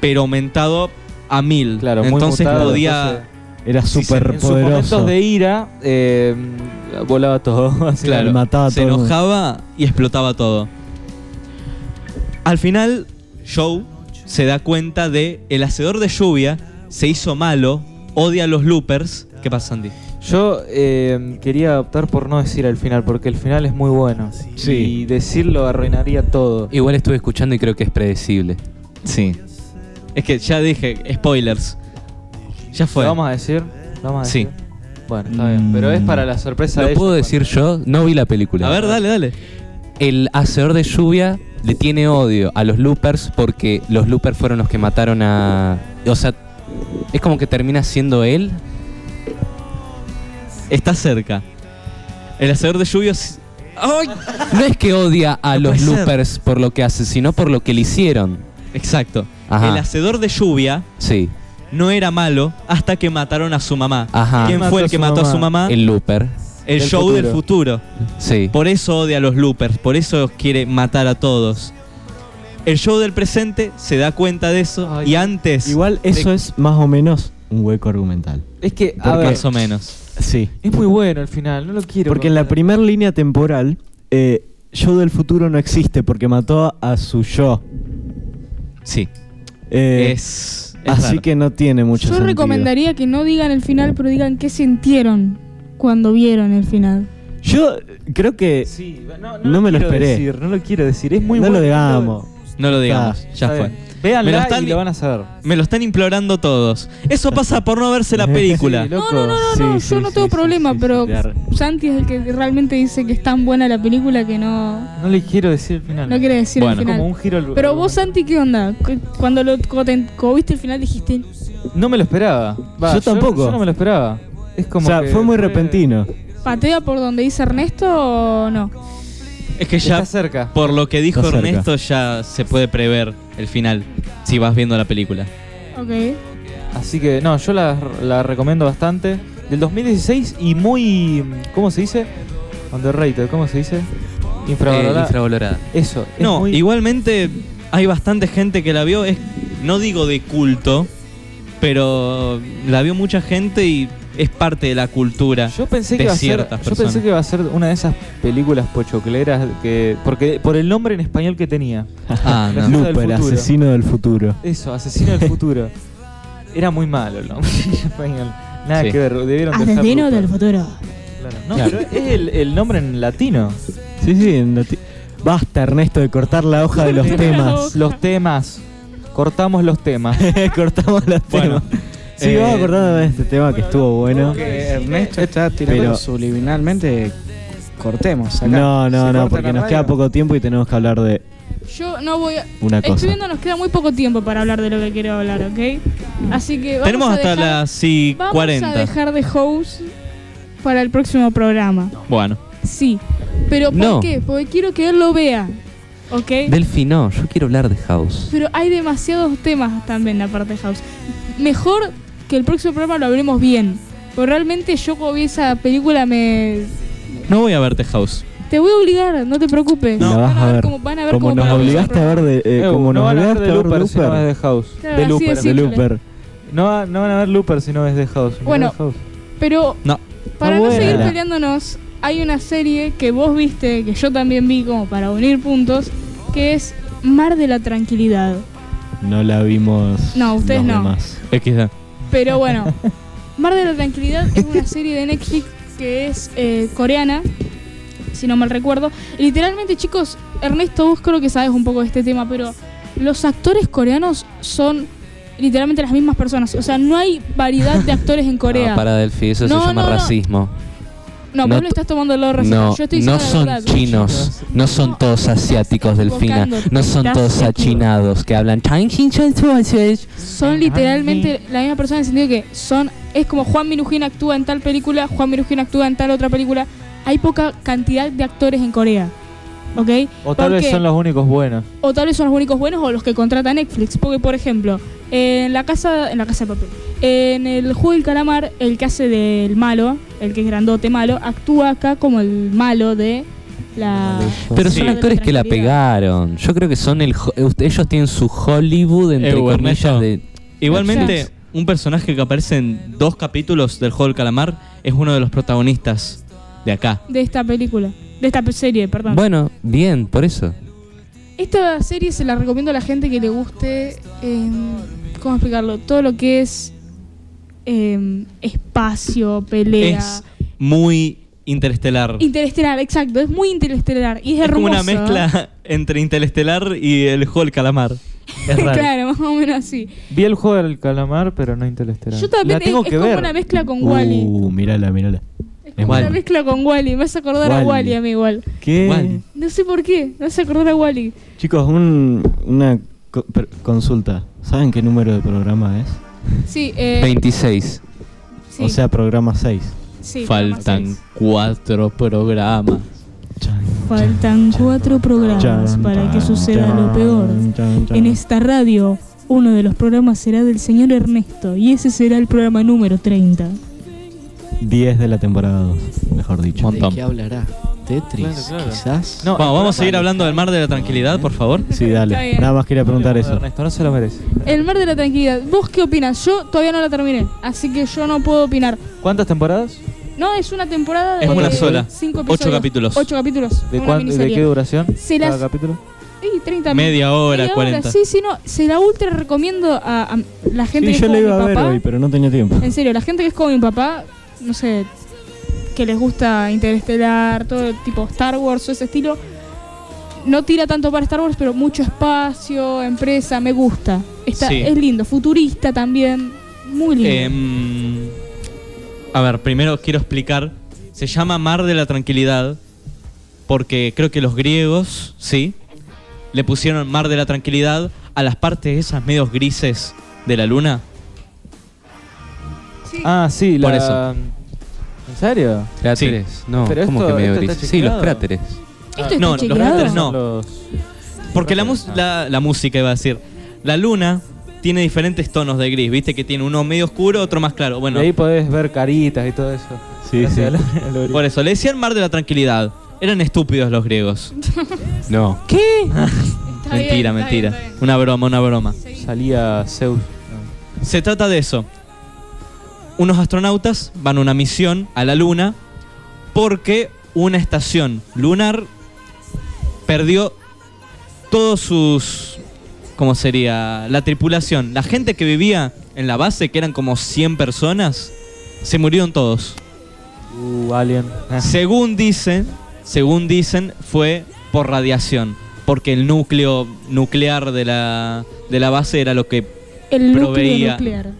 pero aumentado a mil.
Claro, muy
entonces
mutado,
podía.
entonces-
Era
Sí,
súper
En sus
poderoso.
momentos de ira, eh, volaba todo. así.
Claro,
Y mataba a
se
todo el mundo.
enojaba y explotaba todo. Al final, Joe se da cuenta de el hacedor de lluvia se hizo malo, odia a los loopers. ¿Qué pasa, Andy?
Yo eh, quería optar por no decir al final, porque el final es muy bueno.
Sí.
Y decirlo arruinaría todo.
Igual estuve escuchando y creo que es predecible.
Sí. Es que ya dije, spoilers. Ya fue.
¿Lo vamos a decir? ¿Lo vamos a
Sí.
decir? Bueno, está bien.
Mm.
Pero es para la sorpresa de
Lo
ellos
puedo decir yo, no vi la película.
A ver, dale, dale.
El hacedor de lluvia le tiene odio a los loopers porque los loopers fueron los que mataron a. O sea, es como que termina siendo él.
Está cerca. El hacedor de lluvias. ¡Ay!
No es que odia a
No
los
puede ser.
loopers por lo que hace, sino por lo que le hicieron.
Exacto.
Ajá.
El hacedor de lluvia
Sí,
no era malo hasta que mataron a su mamá.
Ajá.
¿Quién fue
¿Quién mató
el
a
que
su
mató a su mamá? El,
el looper.
del
show
futuro.
del futuro.
Sí.
Ah. Por eso odia a los loopers, por eso quiere matar a todos. El show del presente se da cuenta de eso
Ay,
y antes,
Igual eso es más o menos un hueco argumental.
Es que, a
más
ver,
o menos.
Sí.
es muy bueno el final, no lo quiero.
Porque en la
contar.
primera línea temporal, eh, yo del futuro no existe porque mató a su yo.
Sí.
Eh,
es. es
así
raro.
que no tiene mucho
Yo
sentido.
recomendaría que no digan el final, pero digan qué sintieron cuando vieron el final.
Yo creo que
Sí, no,
No me lo
quiero
esperé.
decir, no lo quiero decir, es muy
no
bueno.
lo digamos.
No lo digamos, ya
Está
fue.
bien. Véanla
Me lo están-
y lo van a saber.
Me lo están implorando todos. Eso pasa por no verse la película.
Sí, loco.
No, no, no, no,
Sí,
yo
sí,
no
sí,
tengo
sí,
problema,
sí, sí,
pero
de arre.
Santi es el que realmente dice que es tan buena la película que no,
No le quiero decir el final.
no quiere decir
Bueno,
el
como
final.
un giro al-
Pero vos, Santi, ¿qué onda? Cu- Cuando, lo, cuando te- cuando viste el final dijiste,
No me lo esperaba.
Yo tampoco.
Yo, no me lo esperaba. Es como
o sea,
que
fue muy repentino.
¿Patea por donde dice Ernesto o no?
Es que ya
Está cerca.
Por lo que dijo
Está cerca.
Ernesto, ya se puede prever el final si vas viendo la película.
Ok.
Así que no, yo la, la recomiendo bastante. Del 2016 y muy. ¿Cómo se dice? Underrated, ¿cómo se dice? Infravalorada.
Eh, infravalorada.
Eso. es
No,
muy-
igualmente hay bastante gente que la vio, es, no digo de culto, pero la vio mucha gente y es parte de la cultura.
Yo pensé,
de
que iba a ser,
ciertas
yo pensé
personas.
que iba a ser una de esas películas pochocleras que. Porque, por el nombre en español que tenía.
Ah,
La
no.
Looper, del
Looper,
futuro.
asesino del futuro.
Eso, Asesino del Futuro. Era muy malo el nombre en español. Nada
Sí.
que ver, debieron dejar
Asesino
Looper.
del futuro.
Claro. No,
Claro.
pero es el, el nombre en latino.
Sí, sí. en noti- Basta, Ernesto, de cortar la hoja de los temas.
Los temas. Cortamos los temas.
Cortamos los
Bueno,
temas. Sí, vamos acordando de este tema que estuvo bueno.
Que Ernesto está tirando
Pero-
subliminalmente. Cortemos. acá.
No,
Se
no,
corta
no, porque
la
nos
radio.
queda poco tiempo y tenemos que hablar de
Yo no voy a...
una
Estoy
cosa.
viendo, nos queda muy poco tiempo para hablar de lo que quiero hablar, ¿ok? Así que vamos
Tenemos
a
hasta
dejar-
las
Vamos
40.
a dejar de host para el próximo programa.
Bueno,
Sí. ¿Pero por
No.
qué? Porque quiero que él lo vea, ¿ok?
Delphi, no, yo quiero hablar de House.
Pero hay demasiados temas también aparte de House. Mejor que el próximo programa lo hablemos bien. Porque realmente yo cuando vi esa película me...
no voy a verte House.
Te voy a obligar, no te preocupes.
No,
van
vas a
a ver
ver.
cómo van a ver
Como
cómo
nos
para el
obligaste a
próximo
ver de. eh,
Eh,
como
no
nos
van a ver
obligaste
de
a ver
Looper si no es
de Looper.
de House.
Claro,
De
así de
Looper, de
simple.
Looper.
No, va- no van a ver Looper si no es de House. No
Bueno.
es de House.
Pero
No.
para
No,
no,
bueno.
seguir peleándonos, hay una serie que vos viste, que yo también vi como para unir puntos, que es Mar de la Tranquilidad.
No la vimos.
No, ustedes
los
no.
demás.
XD.
Pero bueno, Mar de la Tranquilidad es una serie de Netflix que es eh, coreana, si no mal recuerdo. Y Literalmente, chicos, Ernesto, vos creo que sabes un poco de este tema, pero los actores coreanos son literalmente las mismas personas. O sea, no hay variedad de actores en Corea.
No, Ah, para Delphi, eso
No,
se llama
no, no.
racismo.
No,
No
vos lo estás tomando el lado racista.
No,
Yo estoy
no
diciendo la
son
verdad.
chinos, no son todos asiáticos, Delfina,
equivocando,
no son
estás
todos achinados que hablan. "Chang, ching, chong, chong, chong".
Son literalmente la misma persona en el sentido que son. Es como Juan Minujín actúa en tal película, Juan Minujín actúa en tal otra película. Hay poca cantidad de actores en Corea. ¿Ok?
O tal
¿Por
vez
qué?
son los únicos buenos.
O tal vez son los únicos buenos o los que contrata Netflix. Porque, por ejemplo, en la casa. En la casa de papel. En el juego del calamar, el que hace del malo, el que es grandote malo, actúa acá como el malo de la.
Pero
Sí.
son
de
actores que la
tranquilidad.
pegaron. Yo creo que son el ho- eh, usted- ellos tienen su Hollywood entre
Ew, Ernesto.
comillas de
Igualmente, un personaje que aparece en dos capítulos del Juego del Calamar es uno de los protagonistas de acá.
de esta película, de esta pe- serie, perdón.
Bueno, bien, por eso.
Esta serie se la recomiendo a la gente que le guste, eh, ¿cómo explicarlo? Todo lo que es eh, espacio, pelea.
Es muy interestelar.
Interestelar, exacto, es muy interestelar y es,
es como una
hermoso.
mezcla entre interestelar y el Juego del Calamar. Es raro.
claro, más o menos así.
Vi el juego del calamar, pero no Interestelar.
Yo también
La tengo
es,
que
es como
ver.
una mezcla con Wally.
Uh, mírala, mírala.
Es
es
como una
Wall-E.
mezcla con Wally, me hace acordar a
Wall-E.
Wally a mí igual.
¿Qué?
Wall-E.
No sé por qué, me hace acordar a Wally.
Chicos, un- una co- per- consulta. ¿Saben qué número de programa es?
Sí, eh,
26.
sí,
O sea, programa 6.
sí,
Faltan cuatro programas.
Faltan cuatro programas para que suceda lo peor. En esta radio, uno de los programas será del señor Ernesto y ese será el programa número 30.
10 de la temporada 2, mejor dicho.
Montón.
¿De qué hablará? ¿Tetris?
Claro, claro.
Quizás.
Bueno,
No, el
vamos a
programa
seguir hablando del mar de la tranquilidad, por favor.
Sí,
Está
dale.
bien.
Nada más quería preguntar eso.
Ernesto no se lo merece.
El mar de la tranquilidad. ¿Vos qué opinas? Yo todavía no la terminé, así que yo no puedo opinar.
¿Cuántas temporadas?
No, es una temporada de
Es una sola.
cinco
Ocho
episodios.
capítulos.
Ocho capítulos.
¿De,
una
cuán- ¿De
miniserie.
qué duración?
Se
cada
las-
capítulo?
Y 30
Media hora,
media
40.
Sí, sí, no. Se la ultra recomiendo a, a la
Sí,
gente que es
yo
como
la iba
mi
a ver
papá.
hoy, pero no tenía tiempo.
En serio, la gente que es como mi papá, no sé, que les gusta Interestelar, todo el tipo Star Wars o ese estilo, no tira tanto para Star Wars, pero mucho espacio, empresa, me gusta. Está,
Sí.
Es lindo, futurista también, muy lindo.
Em, a ver, primero quiero explicar. Se llama Mar de la Tranquilidad porque creo que los griegos, sí, le pusieron Mar de la Tranquilidad a las partes esas medios grises de la luna.
sí.
Ah, sí, la...
Por eso.
¿En serio?
Cráteres, no,
Pero
¿cómo
esto-
que medio
esto
gris?
está
Sí, los
chequeado.
cráteres.
¿Esto está
no, los
chequeado?
cráteres no.
Los-
Porque la, mus-
Ah.
la, la música iba a decir. La luna tiene diferentes tonos de gris, viste que tiene uno medio oscuro, otro más claro. Bueno,
Y ahí podés ver caritas y todo eso.
Sí, sí.
Gracias a la- al origen.
por eso, le decían mar de la tranquilidad. Eran estúpidos los griegos.
No.
Está bien,
mentira,
está
mentira.
bien, está bien.
Una broma, una broma.
Seguí.
Salía Zeus.
Se trata de eso. Unos astronautas van a una misión a la Luna porque una estación lunar perdió todos sus... ¿Cómo sería? La tripulación. La gente que vivía en la base, que eran como 100 personas, se murieron todos.
Uh, Alien.
Ah, Según dicen, según dicen, fue por radiación. Porque el núcleo nuclear de la, de la base era lo que
El núcleo
Proveía.
nuclear.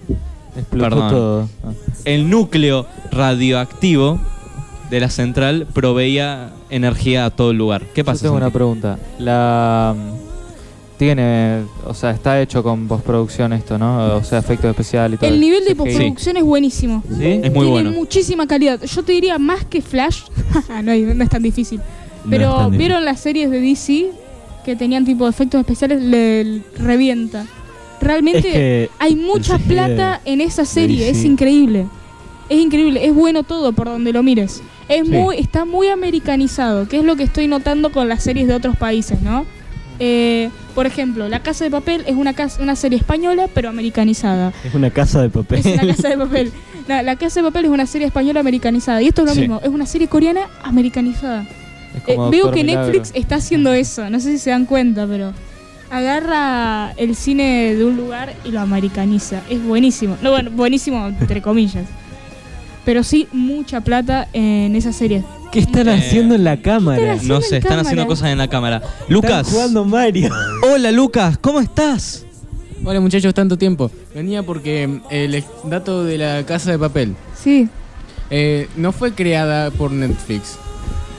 Explotó
Perdón.
todo. Ah.
el núcleo radioactivo de la central proveía energía a todo el lugar. ¿Qué
Yo
pasa?
tengo una
Santi?
pregunta. La mm, tiene, o sea, está hecho con postproducción esto, ¿no? O sea, efectos especiales y todo.
El
eso.
nivel de
Sí.
postproducción Eh, es buenísimo.
¿Sí?
Es muy
Tiene
bueno.
muchísima calidad. Yo te diría más que Flash. Ah, no, hay- no es tan difícil.
No
Pero
es tan difícil.
vieron las series de DC que tenían tipo efectos especiales, le revienta. Realmente
Es que
hay mucha
el CGI de-
plata en esa serie,
DC.
es increíble. Es increíble, es bueno todo por donde lo mires. Es muy, está muy americanizado, que es lo que estoy notando con las series de otros países, ¿no? Eh, por ejemplo, La Casa de Papel es una, casa- una serie española, pero americanizada.
es una casa de papel.
Es una casa de papel. No, la Casa de Papel es una serie española americanizada. Y esto es lo
Sí.
mismo, es una serie coreana americanizada.
Es
Eh,
como
veo
Doctor
que
Milagro.
Netflix está haciendo eso, no sé si se dan cuenta, pero agarra el cine de un lugar y lo americaniza. Es buenísimo. No, bueno, buenísimo, entre comillas. Pero sí, mucha plata en esa serie.
¿Qué están
Eh,
haciendo en la cámara?
haciendo
No sé,
en
están haciendo
cámara.
cosas en la cámara.
Están
Lucas.
jugando Mario.
Hola Lucas, ¿cómo estás?
Hola muchachos, tanto tiempo. Venía porque mm, el ex- dato de la casa de papel
Sí.
eh, no fue creada por Netflix.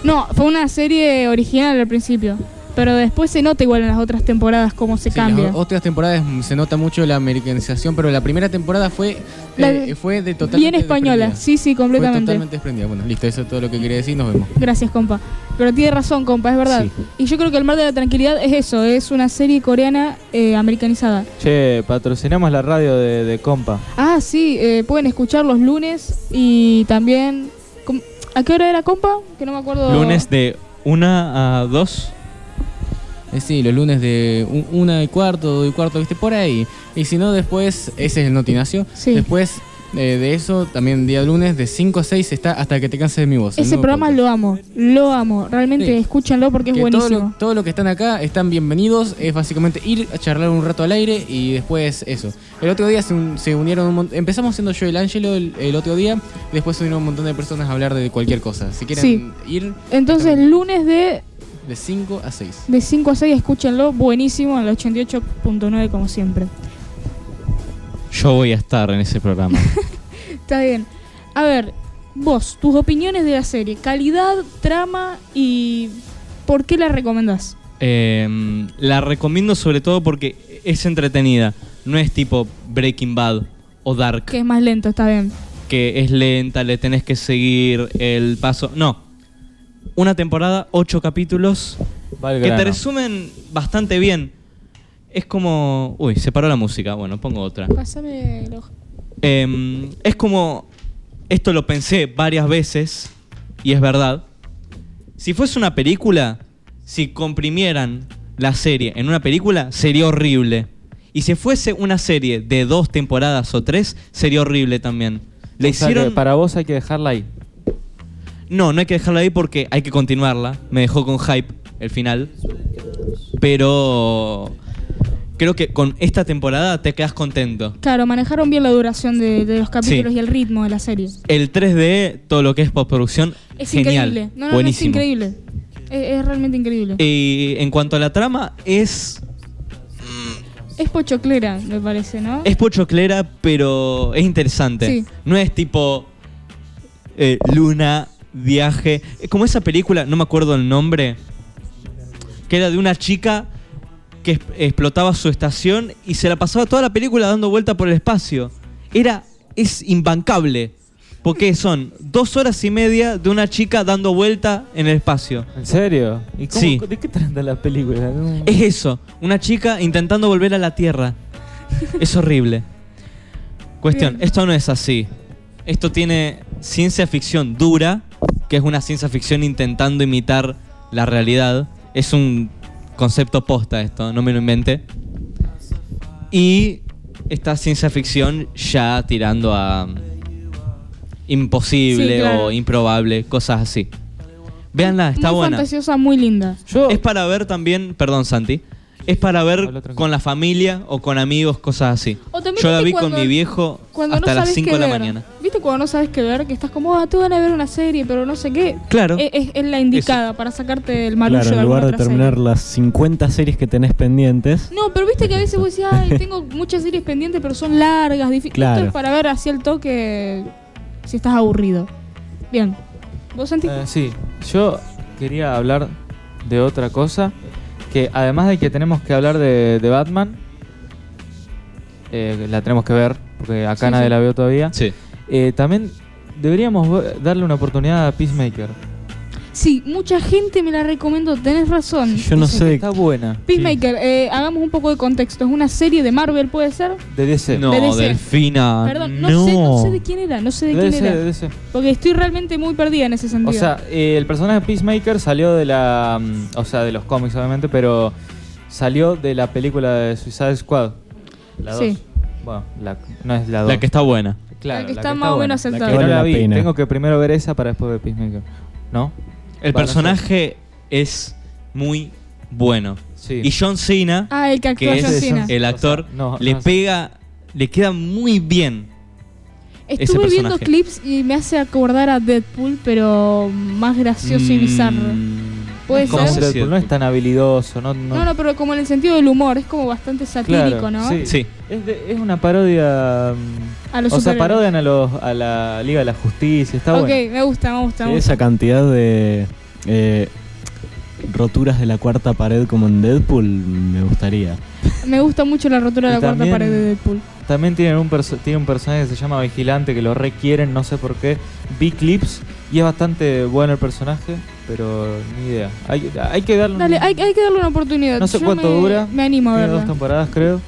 No, fue una serie original al principio. Pero después se nota igual en las otras temporadas cómo se
Sí,
cambia.
Las o- otras temporadas mm, se nota mucho la americanización, pero la primera temporada fue,
La
eh,
de-
fue de totalmente.
Bien española,
desprendida.
sí, sí,
Fue
completamente.
totalmente desprendida. Bueno, listo, eso es todo lo que quería decir. Nos vemos.
Gracias, compa. Pero tiene razón, compa, es verdad.
Sí.
Y yo creo que El Mar de la Tranquilidad es eso, es una serie coreana eh, americanizada.
Che, patrocinamos la radio de, de compa.
Ah, sí, eh, pueden escuchar los lunes y también... com- ¿A qué hora era, compa? Que no me acuerdo.
Lunes de 1 a 2.
Eh, sí, los lunes de un- una y cuarto, dos y cuarto, viste, por ahí. Y si no, después, ese es el notinacio.
Sí.
Después eh, de eso, también día lunes, de 5 a 6 está hasta que te canses de mi voz. el
Ese
nuevo
programa
podcast.
lo amo, lo amo. Realmente
Sí.
escúchenlo porque es
Que todo
buenísimo.
lo, todo lo que están acá están bienvenidos. Es básicamente ir a charlar un rato al aire y después eso. El otro día se, un- se unieron un montón. Empezamos siendo yo y el Ángelo el, el otro día. Después se unieron un montón de personas a hablar de cualquier cosa. Si quieren
Sí.
ir
Entonces, lunes de,
de 5 a 6.
de 5 a 6, escúchenlo, buenísimo, en el 88.9 como siempre.
Yo voy a estar en ese programa.
Está bien. A ver, vos, tus opiniones de la serie, calidad, trama y por qué la recomendás.
Eh, la recomiendo sobre todo porque es entretenida. No es tipo Breaking Bad o Dark.
Que es más lento, está bien.
que es lenta, le tenés que seguir el paso. No. Una temporada, ocho capítulos,
Va al
que te
grano.
resumen bastante bien. Es como. Uy, se paró la música. Bueno, pongo otra.
Pásame el ojo.
Em, es como. Esto lo pensé varias veces, y es verdad. Si fuese una película, si comprimieran la serie en una película, sería horrible. Y si fuese una serie de dos temporadas o tres, sería horrible también. Le
O sea, que
hicieron.
para vos hay que dejarla ahí.
No, no hay que dejarla ahí porque hay que continuarla. Me dejó con hype el final. Pero creo que con esta temporada te quedas contento.
Claro, manejaron bien la duración de, de los capítulos
Sí.
y el ritmo de la serie.
El 3D, todo lo que es postproducción,
Es
genial.
increíble. No, no, no,
buenísimo. Eh.
es increíble. Es, es realmente increíble.
Y en cuanto a la trama, es,
es pochoclera, me parece, ¿no?
es pochoclera, pero es interesante.
Sí.
No es tipo eh, luna, viaje. Es como esa película, no me acuerdo el nombre, que era de una chica que es- explotaba su estación y se la pasaba toda la película dando vuelta por el espacio. Era es imbancable. Porque son dos horas y media de una chica dando vuelta en el espacio.
¿En serio? ¿Y cómo-
Sí.
¿De qué trata la película? No-
Es eso, una chica intentando volver a la Tierra. Es horrible. Cuestión,
Bien.
esto no es así. Esto tiene ciencia ficción dura, que es una ciencia ficción intentando imitar la realidad. Es un concepto posta esto, no me lo inventé. Y esta ciencia ficción ya tirando a um, imposible
Sí, claro.
o improbable, cosas así. Véanla, ah, está
muy
buena.
fantasiosa, muy linda.
Yo,
Es para ver también, perdón Santi, es para
Habla
ver
tranquilo.
con la familia o con amigos, cosas así.
O también
Yo la
viste
vi
cuando-
con mi viejo
Cuando
hasta
no
las
sabes
5
qué
de la
ver.
mañana.
¿Viste cuando no sabes qué ver? Que estás como, ah, tú van a ver una serie, pero no sé qué.
Claro.
E- Es, es la indicada para sacarte del marullo
Claro,
de
en
alguna
lugar de
otra serie.
terminar las 50 series que tenés pendientes.
No, pero viste que a veces vos decís, ay, tengo muchas series pendientes, pero son largas, difíciles.
Claro.
Esto es para ver así el toque si estás aburrido. Bien. ¿Vos sentís?
eh, sí, yo quería hablar de otra cosa. Que además de que tenemos que hablar de, de Batman, eh, la tenemos que ver, porque acá
Sí,
nadie
sí.
la veo todavía.
Sí.
Eh, también deberíamos vo- darle una oportunidad a Peacemaker.
Sí, mucha gente me la recomendó, tenés razón.
Yo no
Dicen
sé
que
de
Está buena.
Peacemaker, eh, hagamos un poco de contexto. Es una serie de Marvel, ¿puede ser?
De DC.
No,
De DC.
Ah,
Delfina.
Perdón, no,
no.
Sé, no sé de quién era, no sé de
De
quién
DC, de
era.
DC.
Porque estoy realmente muy perdida en ese sentido.
O sea, eh, el personaje de Peacemaker salió de la. mm, o sea, de los cómics, obviamente, pero salió de la película de Suicide Squad. La dos.
Sí.
Bueno, la- no es la 2.
La que está buena.
claro,
La que está más o
buena.
menos
La que
aceptable.
no
Vale
la
la
vi.
pena.
Tengo que primero ver esa para después ver Peacemaker. ¿No?
El
Van a
personaje es muy bueno.
Sí.
Y John Cena,
ah, el que actúa
que
John
es
Cena.
el actor,
O sea, no,
le
no sé.
pega, le queda muy bien. ese
Estuve viendo
personaje.
clips y me hace acordar a Deadpool, pero más gracioso y
Mm,
bizarro. Puede
¿cómo
Como
ser.
se-
un Deadpool, no es tan habilidoso. No, no,
No, no, pero como en el sentido del humor, es como bastante satírico,
Claro,
¿no?
sí.
Sí.
Es, de- es una parodia. mm,
A los
o sea,
superhéroes.
parodian a, los, a la Liga de la Justicia. Está
ok,
bueno.
me gusta, me gusta.
Sí,
me gusta.
esa cantidad de eh, roturas de la cuarta pared como en Deadpool me gustaría.
Me gusta mucho la rotura de
Y
la cuarta
también-
pared de Deadpool.
También tienen un perso- tiene un personaje que se llama Vigilante, que lo requieren, no sé por qué. Vi clips y es bastante bueno el personaje, pero ni idea. Hay, hay que darle un-
Dale, hay, hay que darle una oportunidad.
No sé
Yo
cuánto
me-
dura.
Me animo a
tiene dos
verla.
temporadas, creo.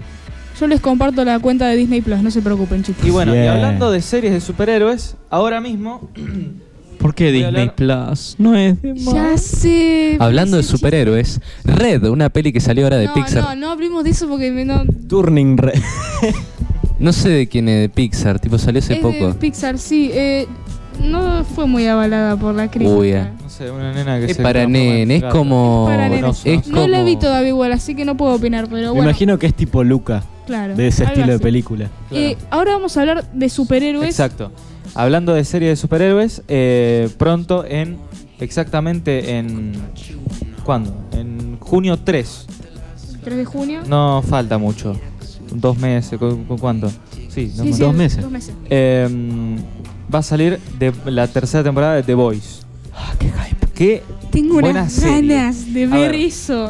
Yo les comparto la cuenta de Disney Plus, no se preocupen, chicos.
Y bueno, y
Bien.
hablando de series de superhéroes, ahora mismo
¿Por qué
Voy a
Disney
hablar-
Plus? No es de
ya sé.
Hablando de
parece chiste.
superhéroes, Red, una peli que salió ahora de
no,
Pixar.
No, no hablemos de eso porque me- no.
Turning Red.
No sé de quién es de Pixar, tipo salió hace
es
poco.
de Pixar, sí. eh, no fue muy avalada por la crítica.
Uy, eh.
no sé, una nena que
Es
se
para
transforma en
nene, es
gato.
como.
Para nene.
Es
No la vi
como-
todavía igual, así que no puedo opinar, pero
Me
bueno.
imagino que es tipo Luca,
claro,
de ese
algo
estilo de
así.
película.
Claro.
Eh, ahora vamos a hablar de superhéroes.
Exacto. Hablando de series de superhéroes, eh, pronto en. Exactamente en. ¿Cuándo? En junio 3.
3 de junio.
No falta mucho. Dos meses, ¿cu cu- cuánto? Sí, dos
Sí,
meses.
sí,
dos meses.
Dos meses.
Em, va a salir de la tercera temporada de The Voice. qué hype.
Ah, Tengo
Buena
unas
serie.
ganas de
A
ver,
ver.
eso.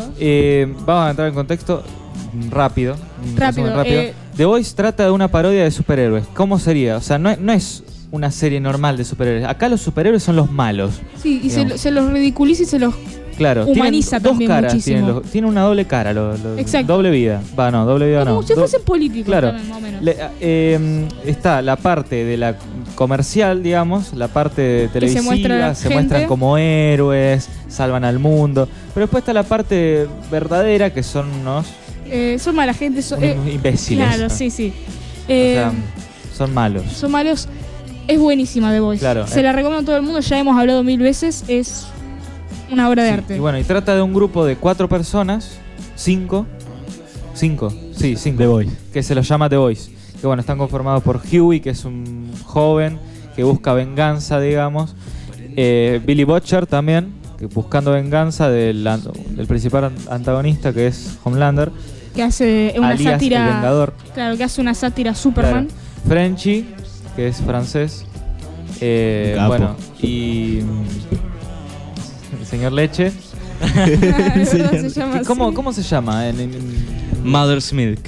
vamos a entrar en contexto rápido. un resumen
Rápido, eh.
The Voice trata de una parodia de superhéroes. ¿Cómo sería? O sea, no, no es una serie normal de superhéroes. Acá los superhéroes son los malos.
Sí, y se,
Digamos.
lo- se los ridiculiza y se los.
Claro,
Humaniza
tienen dos
también
caras,
muchísimo.
tienen, los- tienen una doble cara, los, los-
Exacto.
doble vida. Va, no, doble vida no.
como si
Do-
fuesen políticos
claro.
también, más o menos.
Le- eh, está la parte de la comercial, digamos, la parte de
Que se
televisiva, se,
muestra la gente.
muestran como héroes, salvan al mundo. Pero después está la parte verdadera, que son unos,
Eh, son mala gente. Son, eh,
unos imbéciles.
claro, sí, sí.
O
Eh,
sea, son malos.
son malos. Es buenísima The Voice.
Claro,
se
eh.
la recomiendo a todo el mundo, ya hemos hablado mil veces. Es una obra de
Sí,
arte.
Y bueno, y trata de un grupo de cuatro personas, cinco, cinco, sí, cinco.
The Boys.
que se los llama The Voice. Que bueno, están conformados por Huey, que es un joven que busca venganza, digamos. Eh, Billy Butcher también, que buscando venganza del, an- del principal an- antagonista, que es Homelander.
que hace una
alias
sátira.
El Vengador.
Claro, que hace una sátira a Superman.
Claro. Frenchy, que es francés. Eh,
Capo.
bueno, y. mm, El señor Leche.
De verdad se llama
¿Cómo,
así.
¿Cómo se llama? En- en- en-
Mother's Milk.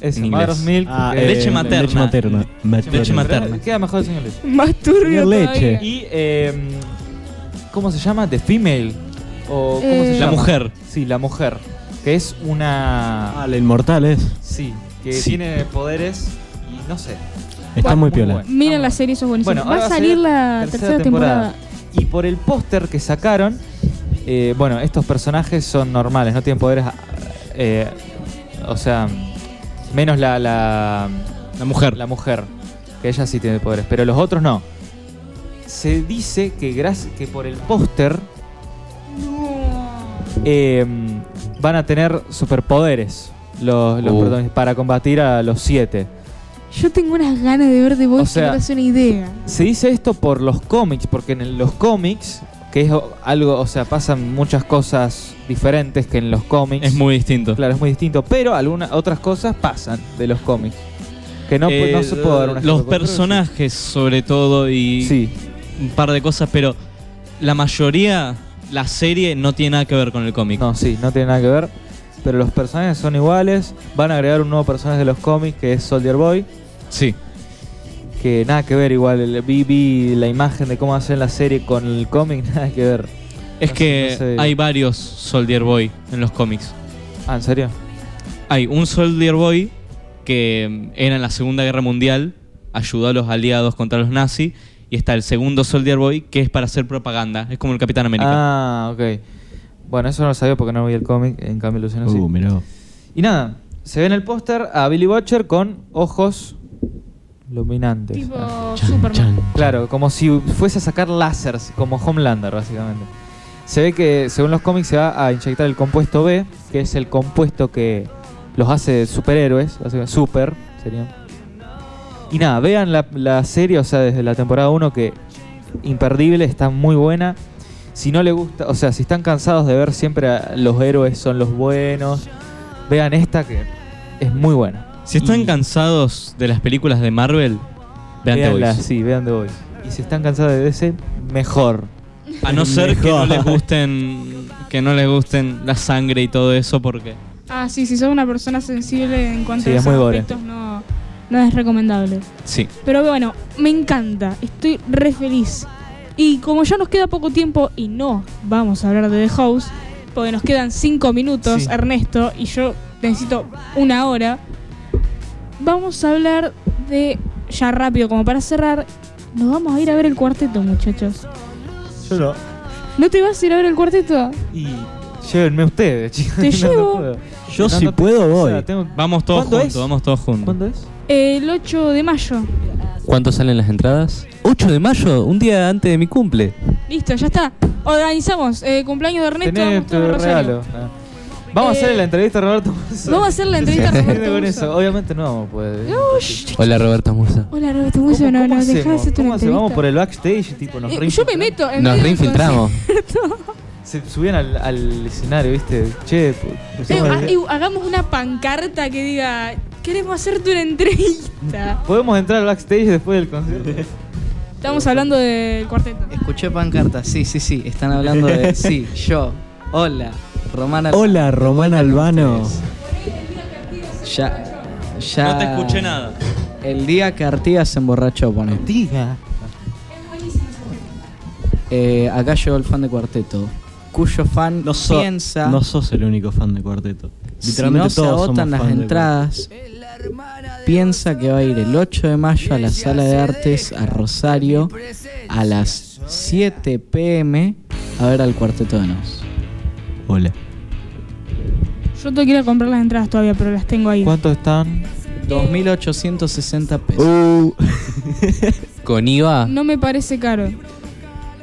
Es
En
Mother's
inglés.
Milk.
Ah,
eh,
leche
eh,
materna.
Leche materna.
Leche materna.
Pero Queda mejor el señor leche.
Más turbio
Leche.
todavía.
Y, eh, ¿cómo se llama? The Female. O, ¿cómo se
Eh.
La
llama?
mujer.
Sí, la mujer. Que es una...
Ah, el inmortal es.
Sí, que
Sí.
tiene poderes y no sé.
Está muy
muy
piola.
bueno.
Miren la serie, eso es buenísimo.
Bueno,
Va
ahora
a
va a
salir
ser
la
tercera
tercera temporada.
Y por el póster que sacaron, eh, bueno, estos personajes son normales, no tienen poderes. eh, o sea, menos la, la,
La mujer.
la mujer, que ella sí tiene poderes, pero los otros no. Se dice que, gracias que por el póster eh, van a tener superpoderes los, los
Uh.
protagonistas para combatir a los siete.
Yo tengo unas ganas de ver The Voice
O sea-
que no te hace una idea.
Se dice esto por los cómics, porque en el- los cómics, que es o- algo, o sea, pasan muchas cosas diferentes que en los cómics.
Es muy distinto.
claro, es muy distinto, pero algunas otras cosas pasan de los cómics. Que no, pu-
Eh,
no se puede dar una
Los
ejemplo, pero
personajes, sobre todo, y
Sí, Sí,
un par de cosas, pero la mayoría, la serie no tiene nada que ver con el cómic.
no, sí, no tiene nada que ver. Pero los personajes son iguales. Van a agregar un nuevo personaje de los cómics que es Soldier Boy.
Sí.
Que nada que ver, igual. el- Vi, vi la imagen de cómo hacen la serie con el cómic, nada que ver.
Es
No sé,
que
no sé.
hay varios Soldier Boy en los cómics.
Ah, ¿en serio?
Hay un Soldier Boy que mm, era en la Segunda Guerra Mundial, ayudó a los aliados contra los nazis, y está el segundo Soldier Boy que es para hacer propaganda, es como el Capitán América.
Ah, ok. Bueno, eso no lo sabía porque no vi el cómic, en cambio Luciano sí.
Uh, mirá. vos.
Y nada, se ve en el póster a Billy Butcher con ojos luminantes.
Tipo
Ah.
Superman.
Claro, como si fuese a sacar láseres, como Homelander básicamente. Se ve que según los cómics se va a inyectar el compuesto B, que es el compuesto que los hace superhéroes, básicamente, super serían. Y nada, vean la, la serie, o sea, desde la temporada 1 que imperdible, está muy buena. Si no le gusta, o sea, si están cansados de ver siempre a los héroes son los buenos, vean esta que es muy buena.
Si están cansados de las películas de Marvel, vean The
Véanla,
Boys.
sí, vean The Voice. Y si están cansados de DC, mejor.
A no ser que no
Mejor.
les gusten que no les gusten la sangre y todo eso porque
Ah, sí, si sos una persona sensible en cuanto
Sí,
a
es
esos
muy gore.
aspectos, no, no es recomendable.
sí.
Pero bueno, me encanta, estoy re feliz. Y como ya nos queda poco tiempo y no vamos a hablar de The House, porque nos quedan cinco minutos,
Sí.
Ernesto, y yo necesito una hora, vamos a hablar de, ya rápido como para cerrar, nos vamos a ir a ver el cuarteto, muchachos.
Yo no.
¿No te vas a ir a ver el cuarteto?
Y llévenme ustedes, chicos.
Te
No, no
llevo.
puedo.
Yo
No,
si
no te-
puedo,
o
voy.
sea, tengo-
Vamos todos
¿Cuándo
juntos,
es?
vamos todos juntos.
¿Cuándo es?
El 8 de mayo.
¿Cuánto salen las entradas? 8 de mayo, un día antes de mi cumple.
Listo, ya está. Organizamos. eh, cumpleaños de Ernesto.
Tenés
vamos
tu
todos a Rosario.
regalo. Ah. Vamos a
Eh,
hacerle la entrevista a Roberto Musso.
Vamos a hacer la entrevista a
¿Qué
Roberto
onda con
Musso.
eso? Obviamente no vamos a poder. eh,
No, shh.
Hola Roberto Musa.
Hola Roberto
¿Cómo-
Musso, no,
cómo
no, dejá de
hacemos?
hacerte
¿Cómo
una
hacemos? Vamos
entrevista.
por el backstage, tipo, nos
Eh, yo me
reinfiltramos.
meto en
Nos
medio del
reinfiltramos.
Se subían al, al escenario, ¿viste? Che, pues, pu-
concierto. Eh,
somos-
ha- eh, hagamos una pancarta que diga, queremos hacerte una entrevista.
podemos entrar al backstage después del concierto.
Estamos hablando del cuarteto.
Escuché pancartas, sí, sí, sí. Están hablando de. Sí, yo. Hola, Romana.
Hola, Román Albano.
Ya. ya.
No te escuché nada.
El día que Artigas se emborrachó, pone.
Diga.
Eh, acá llegó el fan de cuarteto, cuyo fan
No, so-
piensa
no sos el único fan de cuarteto.
si no se
todos somos
agotan las
fan de
entradas, piensa que va a ir el 8 de mayo a la sala de artes a Rosario a las 7 pm a ver al cuarteto de nos.
Cuarteto. Hola.
Yo tengo que ir a comprar las entradas todavía, pero las tengo ahí.
¿Cuántos están?
2.860 pesos.
Con
Ah.
IVA.
No me parece caro.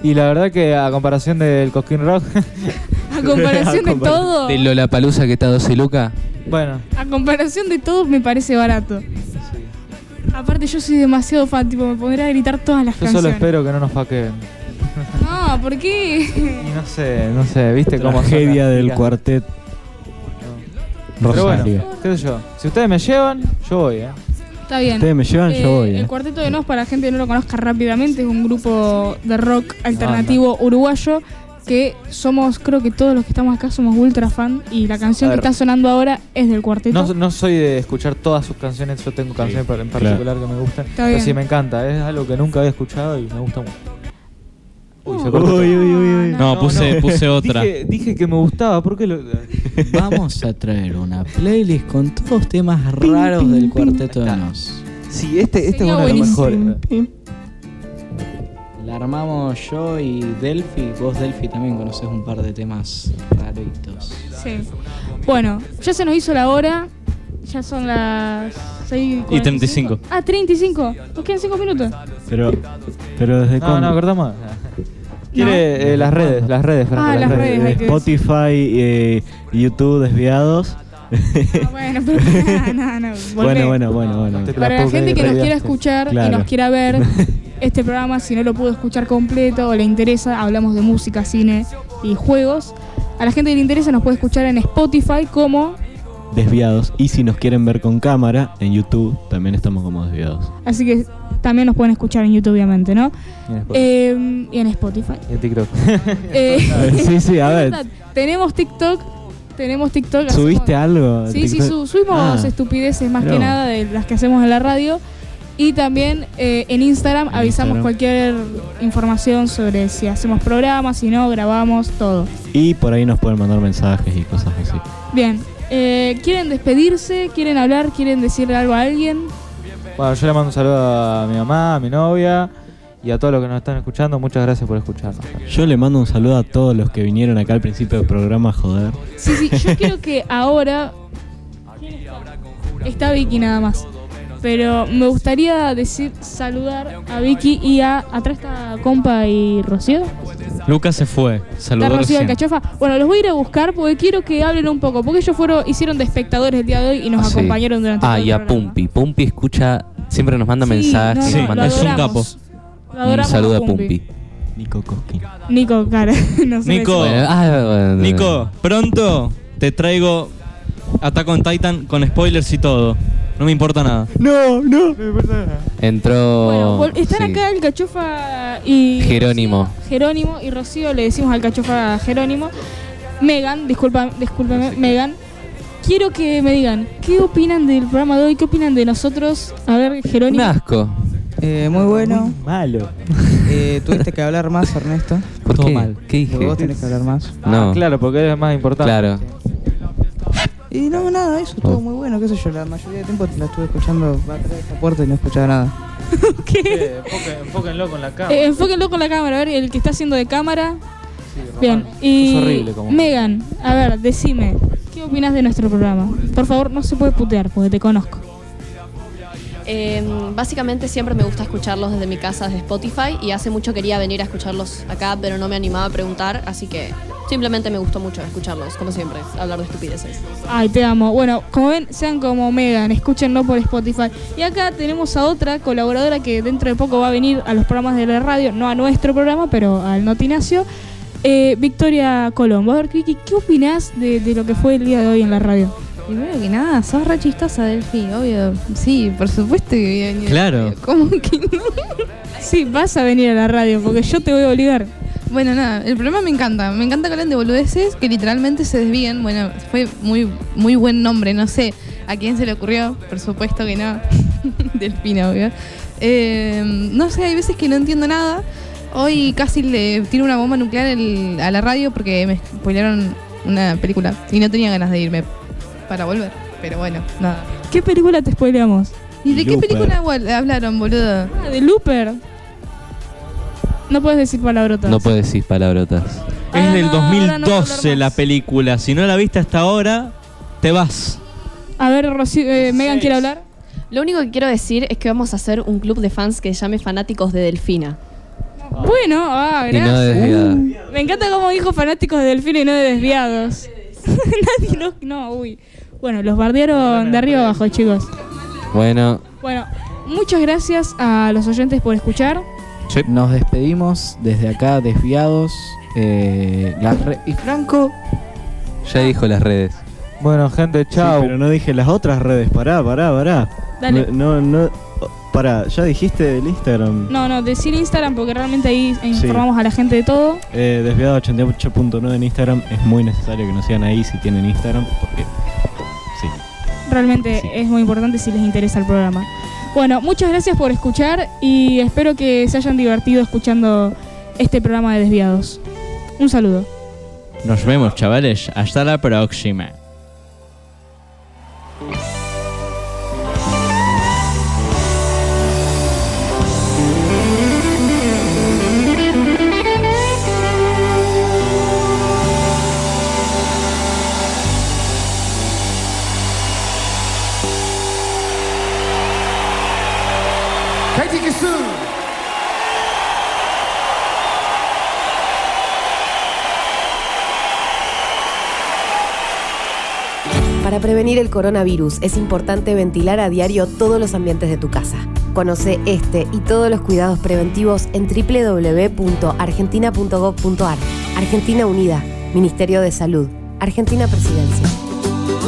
Y la verdad que a comparación del Cosquín Rock,
A comparación de todo,
De Lola Palusa que está a 12 lucas.
bueno,
a comparación de todo me parece barato. Aparte yo soy demasiado fan, tipo, me pondré a gritar todas las
yo
canciones.
solo espero que no nos faqueen.
No, Ah, ¿por qué?
Y no sé, no sé, ¿viste cómo
Tragedia
sacan?
del
Mira.
cuarteto.
Pero bueno,
Rosario.
qué sé yo. Si ustedes me llevan, yo voy, ¿eh?
Está bien.
Ustedes me llevan,
Eh,
yo voy.
El
eh.
Cuarteto de Nos, para la gente que no lo conozca rápidamente, es un grupo de rock alternativo uruguayo que somos, creo que todos los que estamos acá somos ultra fan y la canción
A
que
ver.
está sonando ahora es del cuarteto.
No, no soy de escuchar todas sus canciones, yo tengo canciones par- en particular que me gustan.
Está
Pero
bien.
sí me encanta, es algo que nunca había escuchado y me gusta mucho. Uy, se
No,
cortó.
no,
No,
no,
puse,
no.
puse otra.
Dije, dije que me gustaba, ¿por qué lo.?
Vamos a traer una playlist con todos temas raros del cuarteto de Nos.
Sí, este, este es
Sería
uno de los
buenísimo.
mejores.
La armamos yo y Delphi. Vos, Delphi, también conoces un par de temas raritos.
Sí. Bueno, ya se nos hizo la hora. Ya son las 6
Y 35.
Ah, 35. Nos quedan 5 minutos.
Pero, pero desde
No,
cuándo?
no, cortamos. Quiere eh, las redes, las redes, Franco,
Ah, las redes, hay que decir.
Spotify, eh, YouTube, desviados.
Ah, bueno, pero. no, no, volvé.
bueno, bueno, bueno, bueno.
Te la
Para la
toqué,
gente que nos
reviaste.
quiera escuchar y
Claro.
nos quiera ver este programa, si no lo pudo escuchar completo o le interesa, hablamos de música, cine y juegos. A la gente que le interesa nos puede escuchar en Spotify como...
Desviados. Y si nos quieren ver con cámara, en YouTube también estamos como desviados.
Así que también nos pueden escuchar en YouTube, obviamente, ¿no?
Y
Eh,
en Spotify.
y en Spotify.
Y en TikTok.
Eh,
sí, sí, a ver.
tenemos TikTok. Tenemos TikTok.
¿Subiste
hacemos-
algo?
Sí, sí,
TikTok?
su- subimos
Ah,
estupideces más que
mirá vos.
nada de las que hacemos en la radio. Y también eh, en Instagram
En
avisamos
Instagram.
cualquier información sobre si hacemos programas, si no, grabamos, todo.
Y por ahí nos pueden mandar mensajes y cosas así.
Bien, eh, ¿quieren despedirse? ¿Quieren hablar? ¿Quieren decirle algo a alguien?
Bueno, yo le mando un saludo a mi mamá, a mi novia y a todos los que nos están escuchando. Muchas gracias por escucharnos.
Yo le mando un saludo a todos los que vinieron acá al principio del programa, joder.
Sí, sí, yo quiero que ahora... ¿Quién Está Está Vicky nada más. Pero me gustaría decir, saludar a Vicky y a... Atrás está Compa y Rocío.
Lucas se fue.
Está
Saludó
Rocío
recién.
Alcachofa. Bueno, los voy a ir a buscar porque quiero que hablen un poco. Porque ellos fueron, hicieron de espectadores el día de hoy y nos
Ah, sí.
acompañaron durante
Ah,
todo el
y a
programa.
Pumpi. Pumpi escucha, siempre nos manda
Sí,
mensajes.
no,
sí,
no,
manda-
lo
es un
adoramos. Lo
un
adoramos
saludo a Pumpi.
Nico Cosquín.
Nico, cara. no sé
Nico.
decir.
Bueno, ah, bueno,
Nico, pronto te traigo Attack on Titan con spoilers y todo. No me importa nada.
No, no.
Entró.
Bueno, vol- están
sí.
acá Alcachofa y.
Jerónimo.
Rocío- Jerónimo y Rocío, le decimos Alcachofa a Jerónimo. Megan, disculpa, discúlpeme, Megan. Quiero que me digan, ¿qué opinan del programa de hoy? ¿Qué opinan de nosotros? A ver,
Un
Jerónimo.
asco.
Eh, muy bueno.
Malo.
Eh, tuviste que hablar más, Ernesto.
¿Por
Todo
qué?
mal.
¿Qué
Porque
dije?
vos tenés que hablar más.
No,
Ah, Claro, porque eres más importante.
claro.
Y no, nada, eso estuvo muy bueno, qué sé yo. La mayoría del tiempo te la estuve escuchando atrás de esta puerta y no escuchaba nada.
¿Qué?
enfóquenlo Eh, con la
Eh, enfóquenlo con la cámara, a ver, el que está haciendo de cámara. Bien, y.
Es horrible como-
Megan, a ver, decime, ¿qué opinas de nuestro programa? Por favor, no se puede putear porque te conozco.
Eh, básicamente siempre me gusta escucharlos desde mi casa, desde Spotify, y hace mucho quería venir a escucharlos acá, pero no me animaba a preguntar, así que simplemente me gustó mucho escucharlos, como siempre, hablar de estupideces.
Ay, te amo. Bueno, como ven, sean como Megan, escúchenlo por Spotify. Y acá tenemos a otra colaboradora que dentro de poco va a venir a los programas de la radio, no a nuestro programa, pero al Notinacio, eh, Victoria Colombo. A ver, Vicky, ¿qué opinás de, de lo que fue el día de hoy en la radio?
Primero que nada, sos re chistosa, Delphi, obvio. Sí, por supuesto que voy a venir.
Claro.
¿Cómo que no?
Sí, vas a venir a la radio porque yo te voy a obligar.
Bueno, nada, el programa me encanta. Me encanta que hablen de boludeces que literalmente se desvíen. Bueno, fue muy, muy buen nombre, no sé a quién se le ocurrió. Por supuesto que no. Delfina, obvio. Eh, no sé, hay veces que no entiendo nada. Hoy casi le tiro una bomba nuclear el- a la radio porque me spoilearon una película y no tenía ganas de irme para volver. Pero bueno, nada.
¿Qué película te spoileamos?
¿Y de qué
Looper.
película vol- hablaron, boludo?
Ah, de Looper. No puedes decir palabrotas.
No puedes decir palabrotas.
Ahora
es del
no, ahora no puedo
2012
hablar
la
más.
película. Si no la viste hasta ahora, te vas.
A ver, Rocío- eh, Megan quiere hablar.
Lo único que quiero decir es que vamos a hacer un club de fans que se llame Fanáticos de Delfina.
Bueno, ah,
Y
gracias. Uh,
no desviada.
Me encanta cómo dijo fanáticos de delfines y no de desviados. Nadie los. No, uy. Bueno, los bardearon de arriba abajo, chicos.
Bueno,
Bueno, muchas gracias a los oyentes por escuchar.
Nos despedimos desde acá, desviados. eh, la re- y Franco,
ya dijo las redes.
Bueno, gente,
Chao.
chao.
pero no dije las otras redes. Pará, pará, pará.
Dale.
No, no. no- Para, ya dijiste el Instagram.
No, no, decir Instagram porque realmente ahí
Sí.
informamos a la gente de todo.
Eh, desviado 88.9 en Instagram. Es muy necesario que nos sigan ahí si tienen Instagram. Porque. Sí.
Realmente es muy importante si les interesa el programa. Bueno, muchas gracias por escuchar y espero que se hayan divertido escuchando este programa de Desviados. Un saludo.
Nos vemos, chavales. Hasta la próxima.
Para prevenir el coronavirus es importante ventilar a diario todos los ambientes de tu casa. Conoce este y todos los cuidados preventivos en www.argentina.gov.ar. Argentina Unida, Ministerio de Salud, Argentina Presidencia.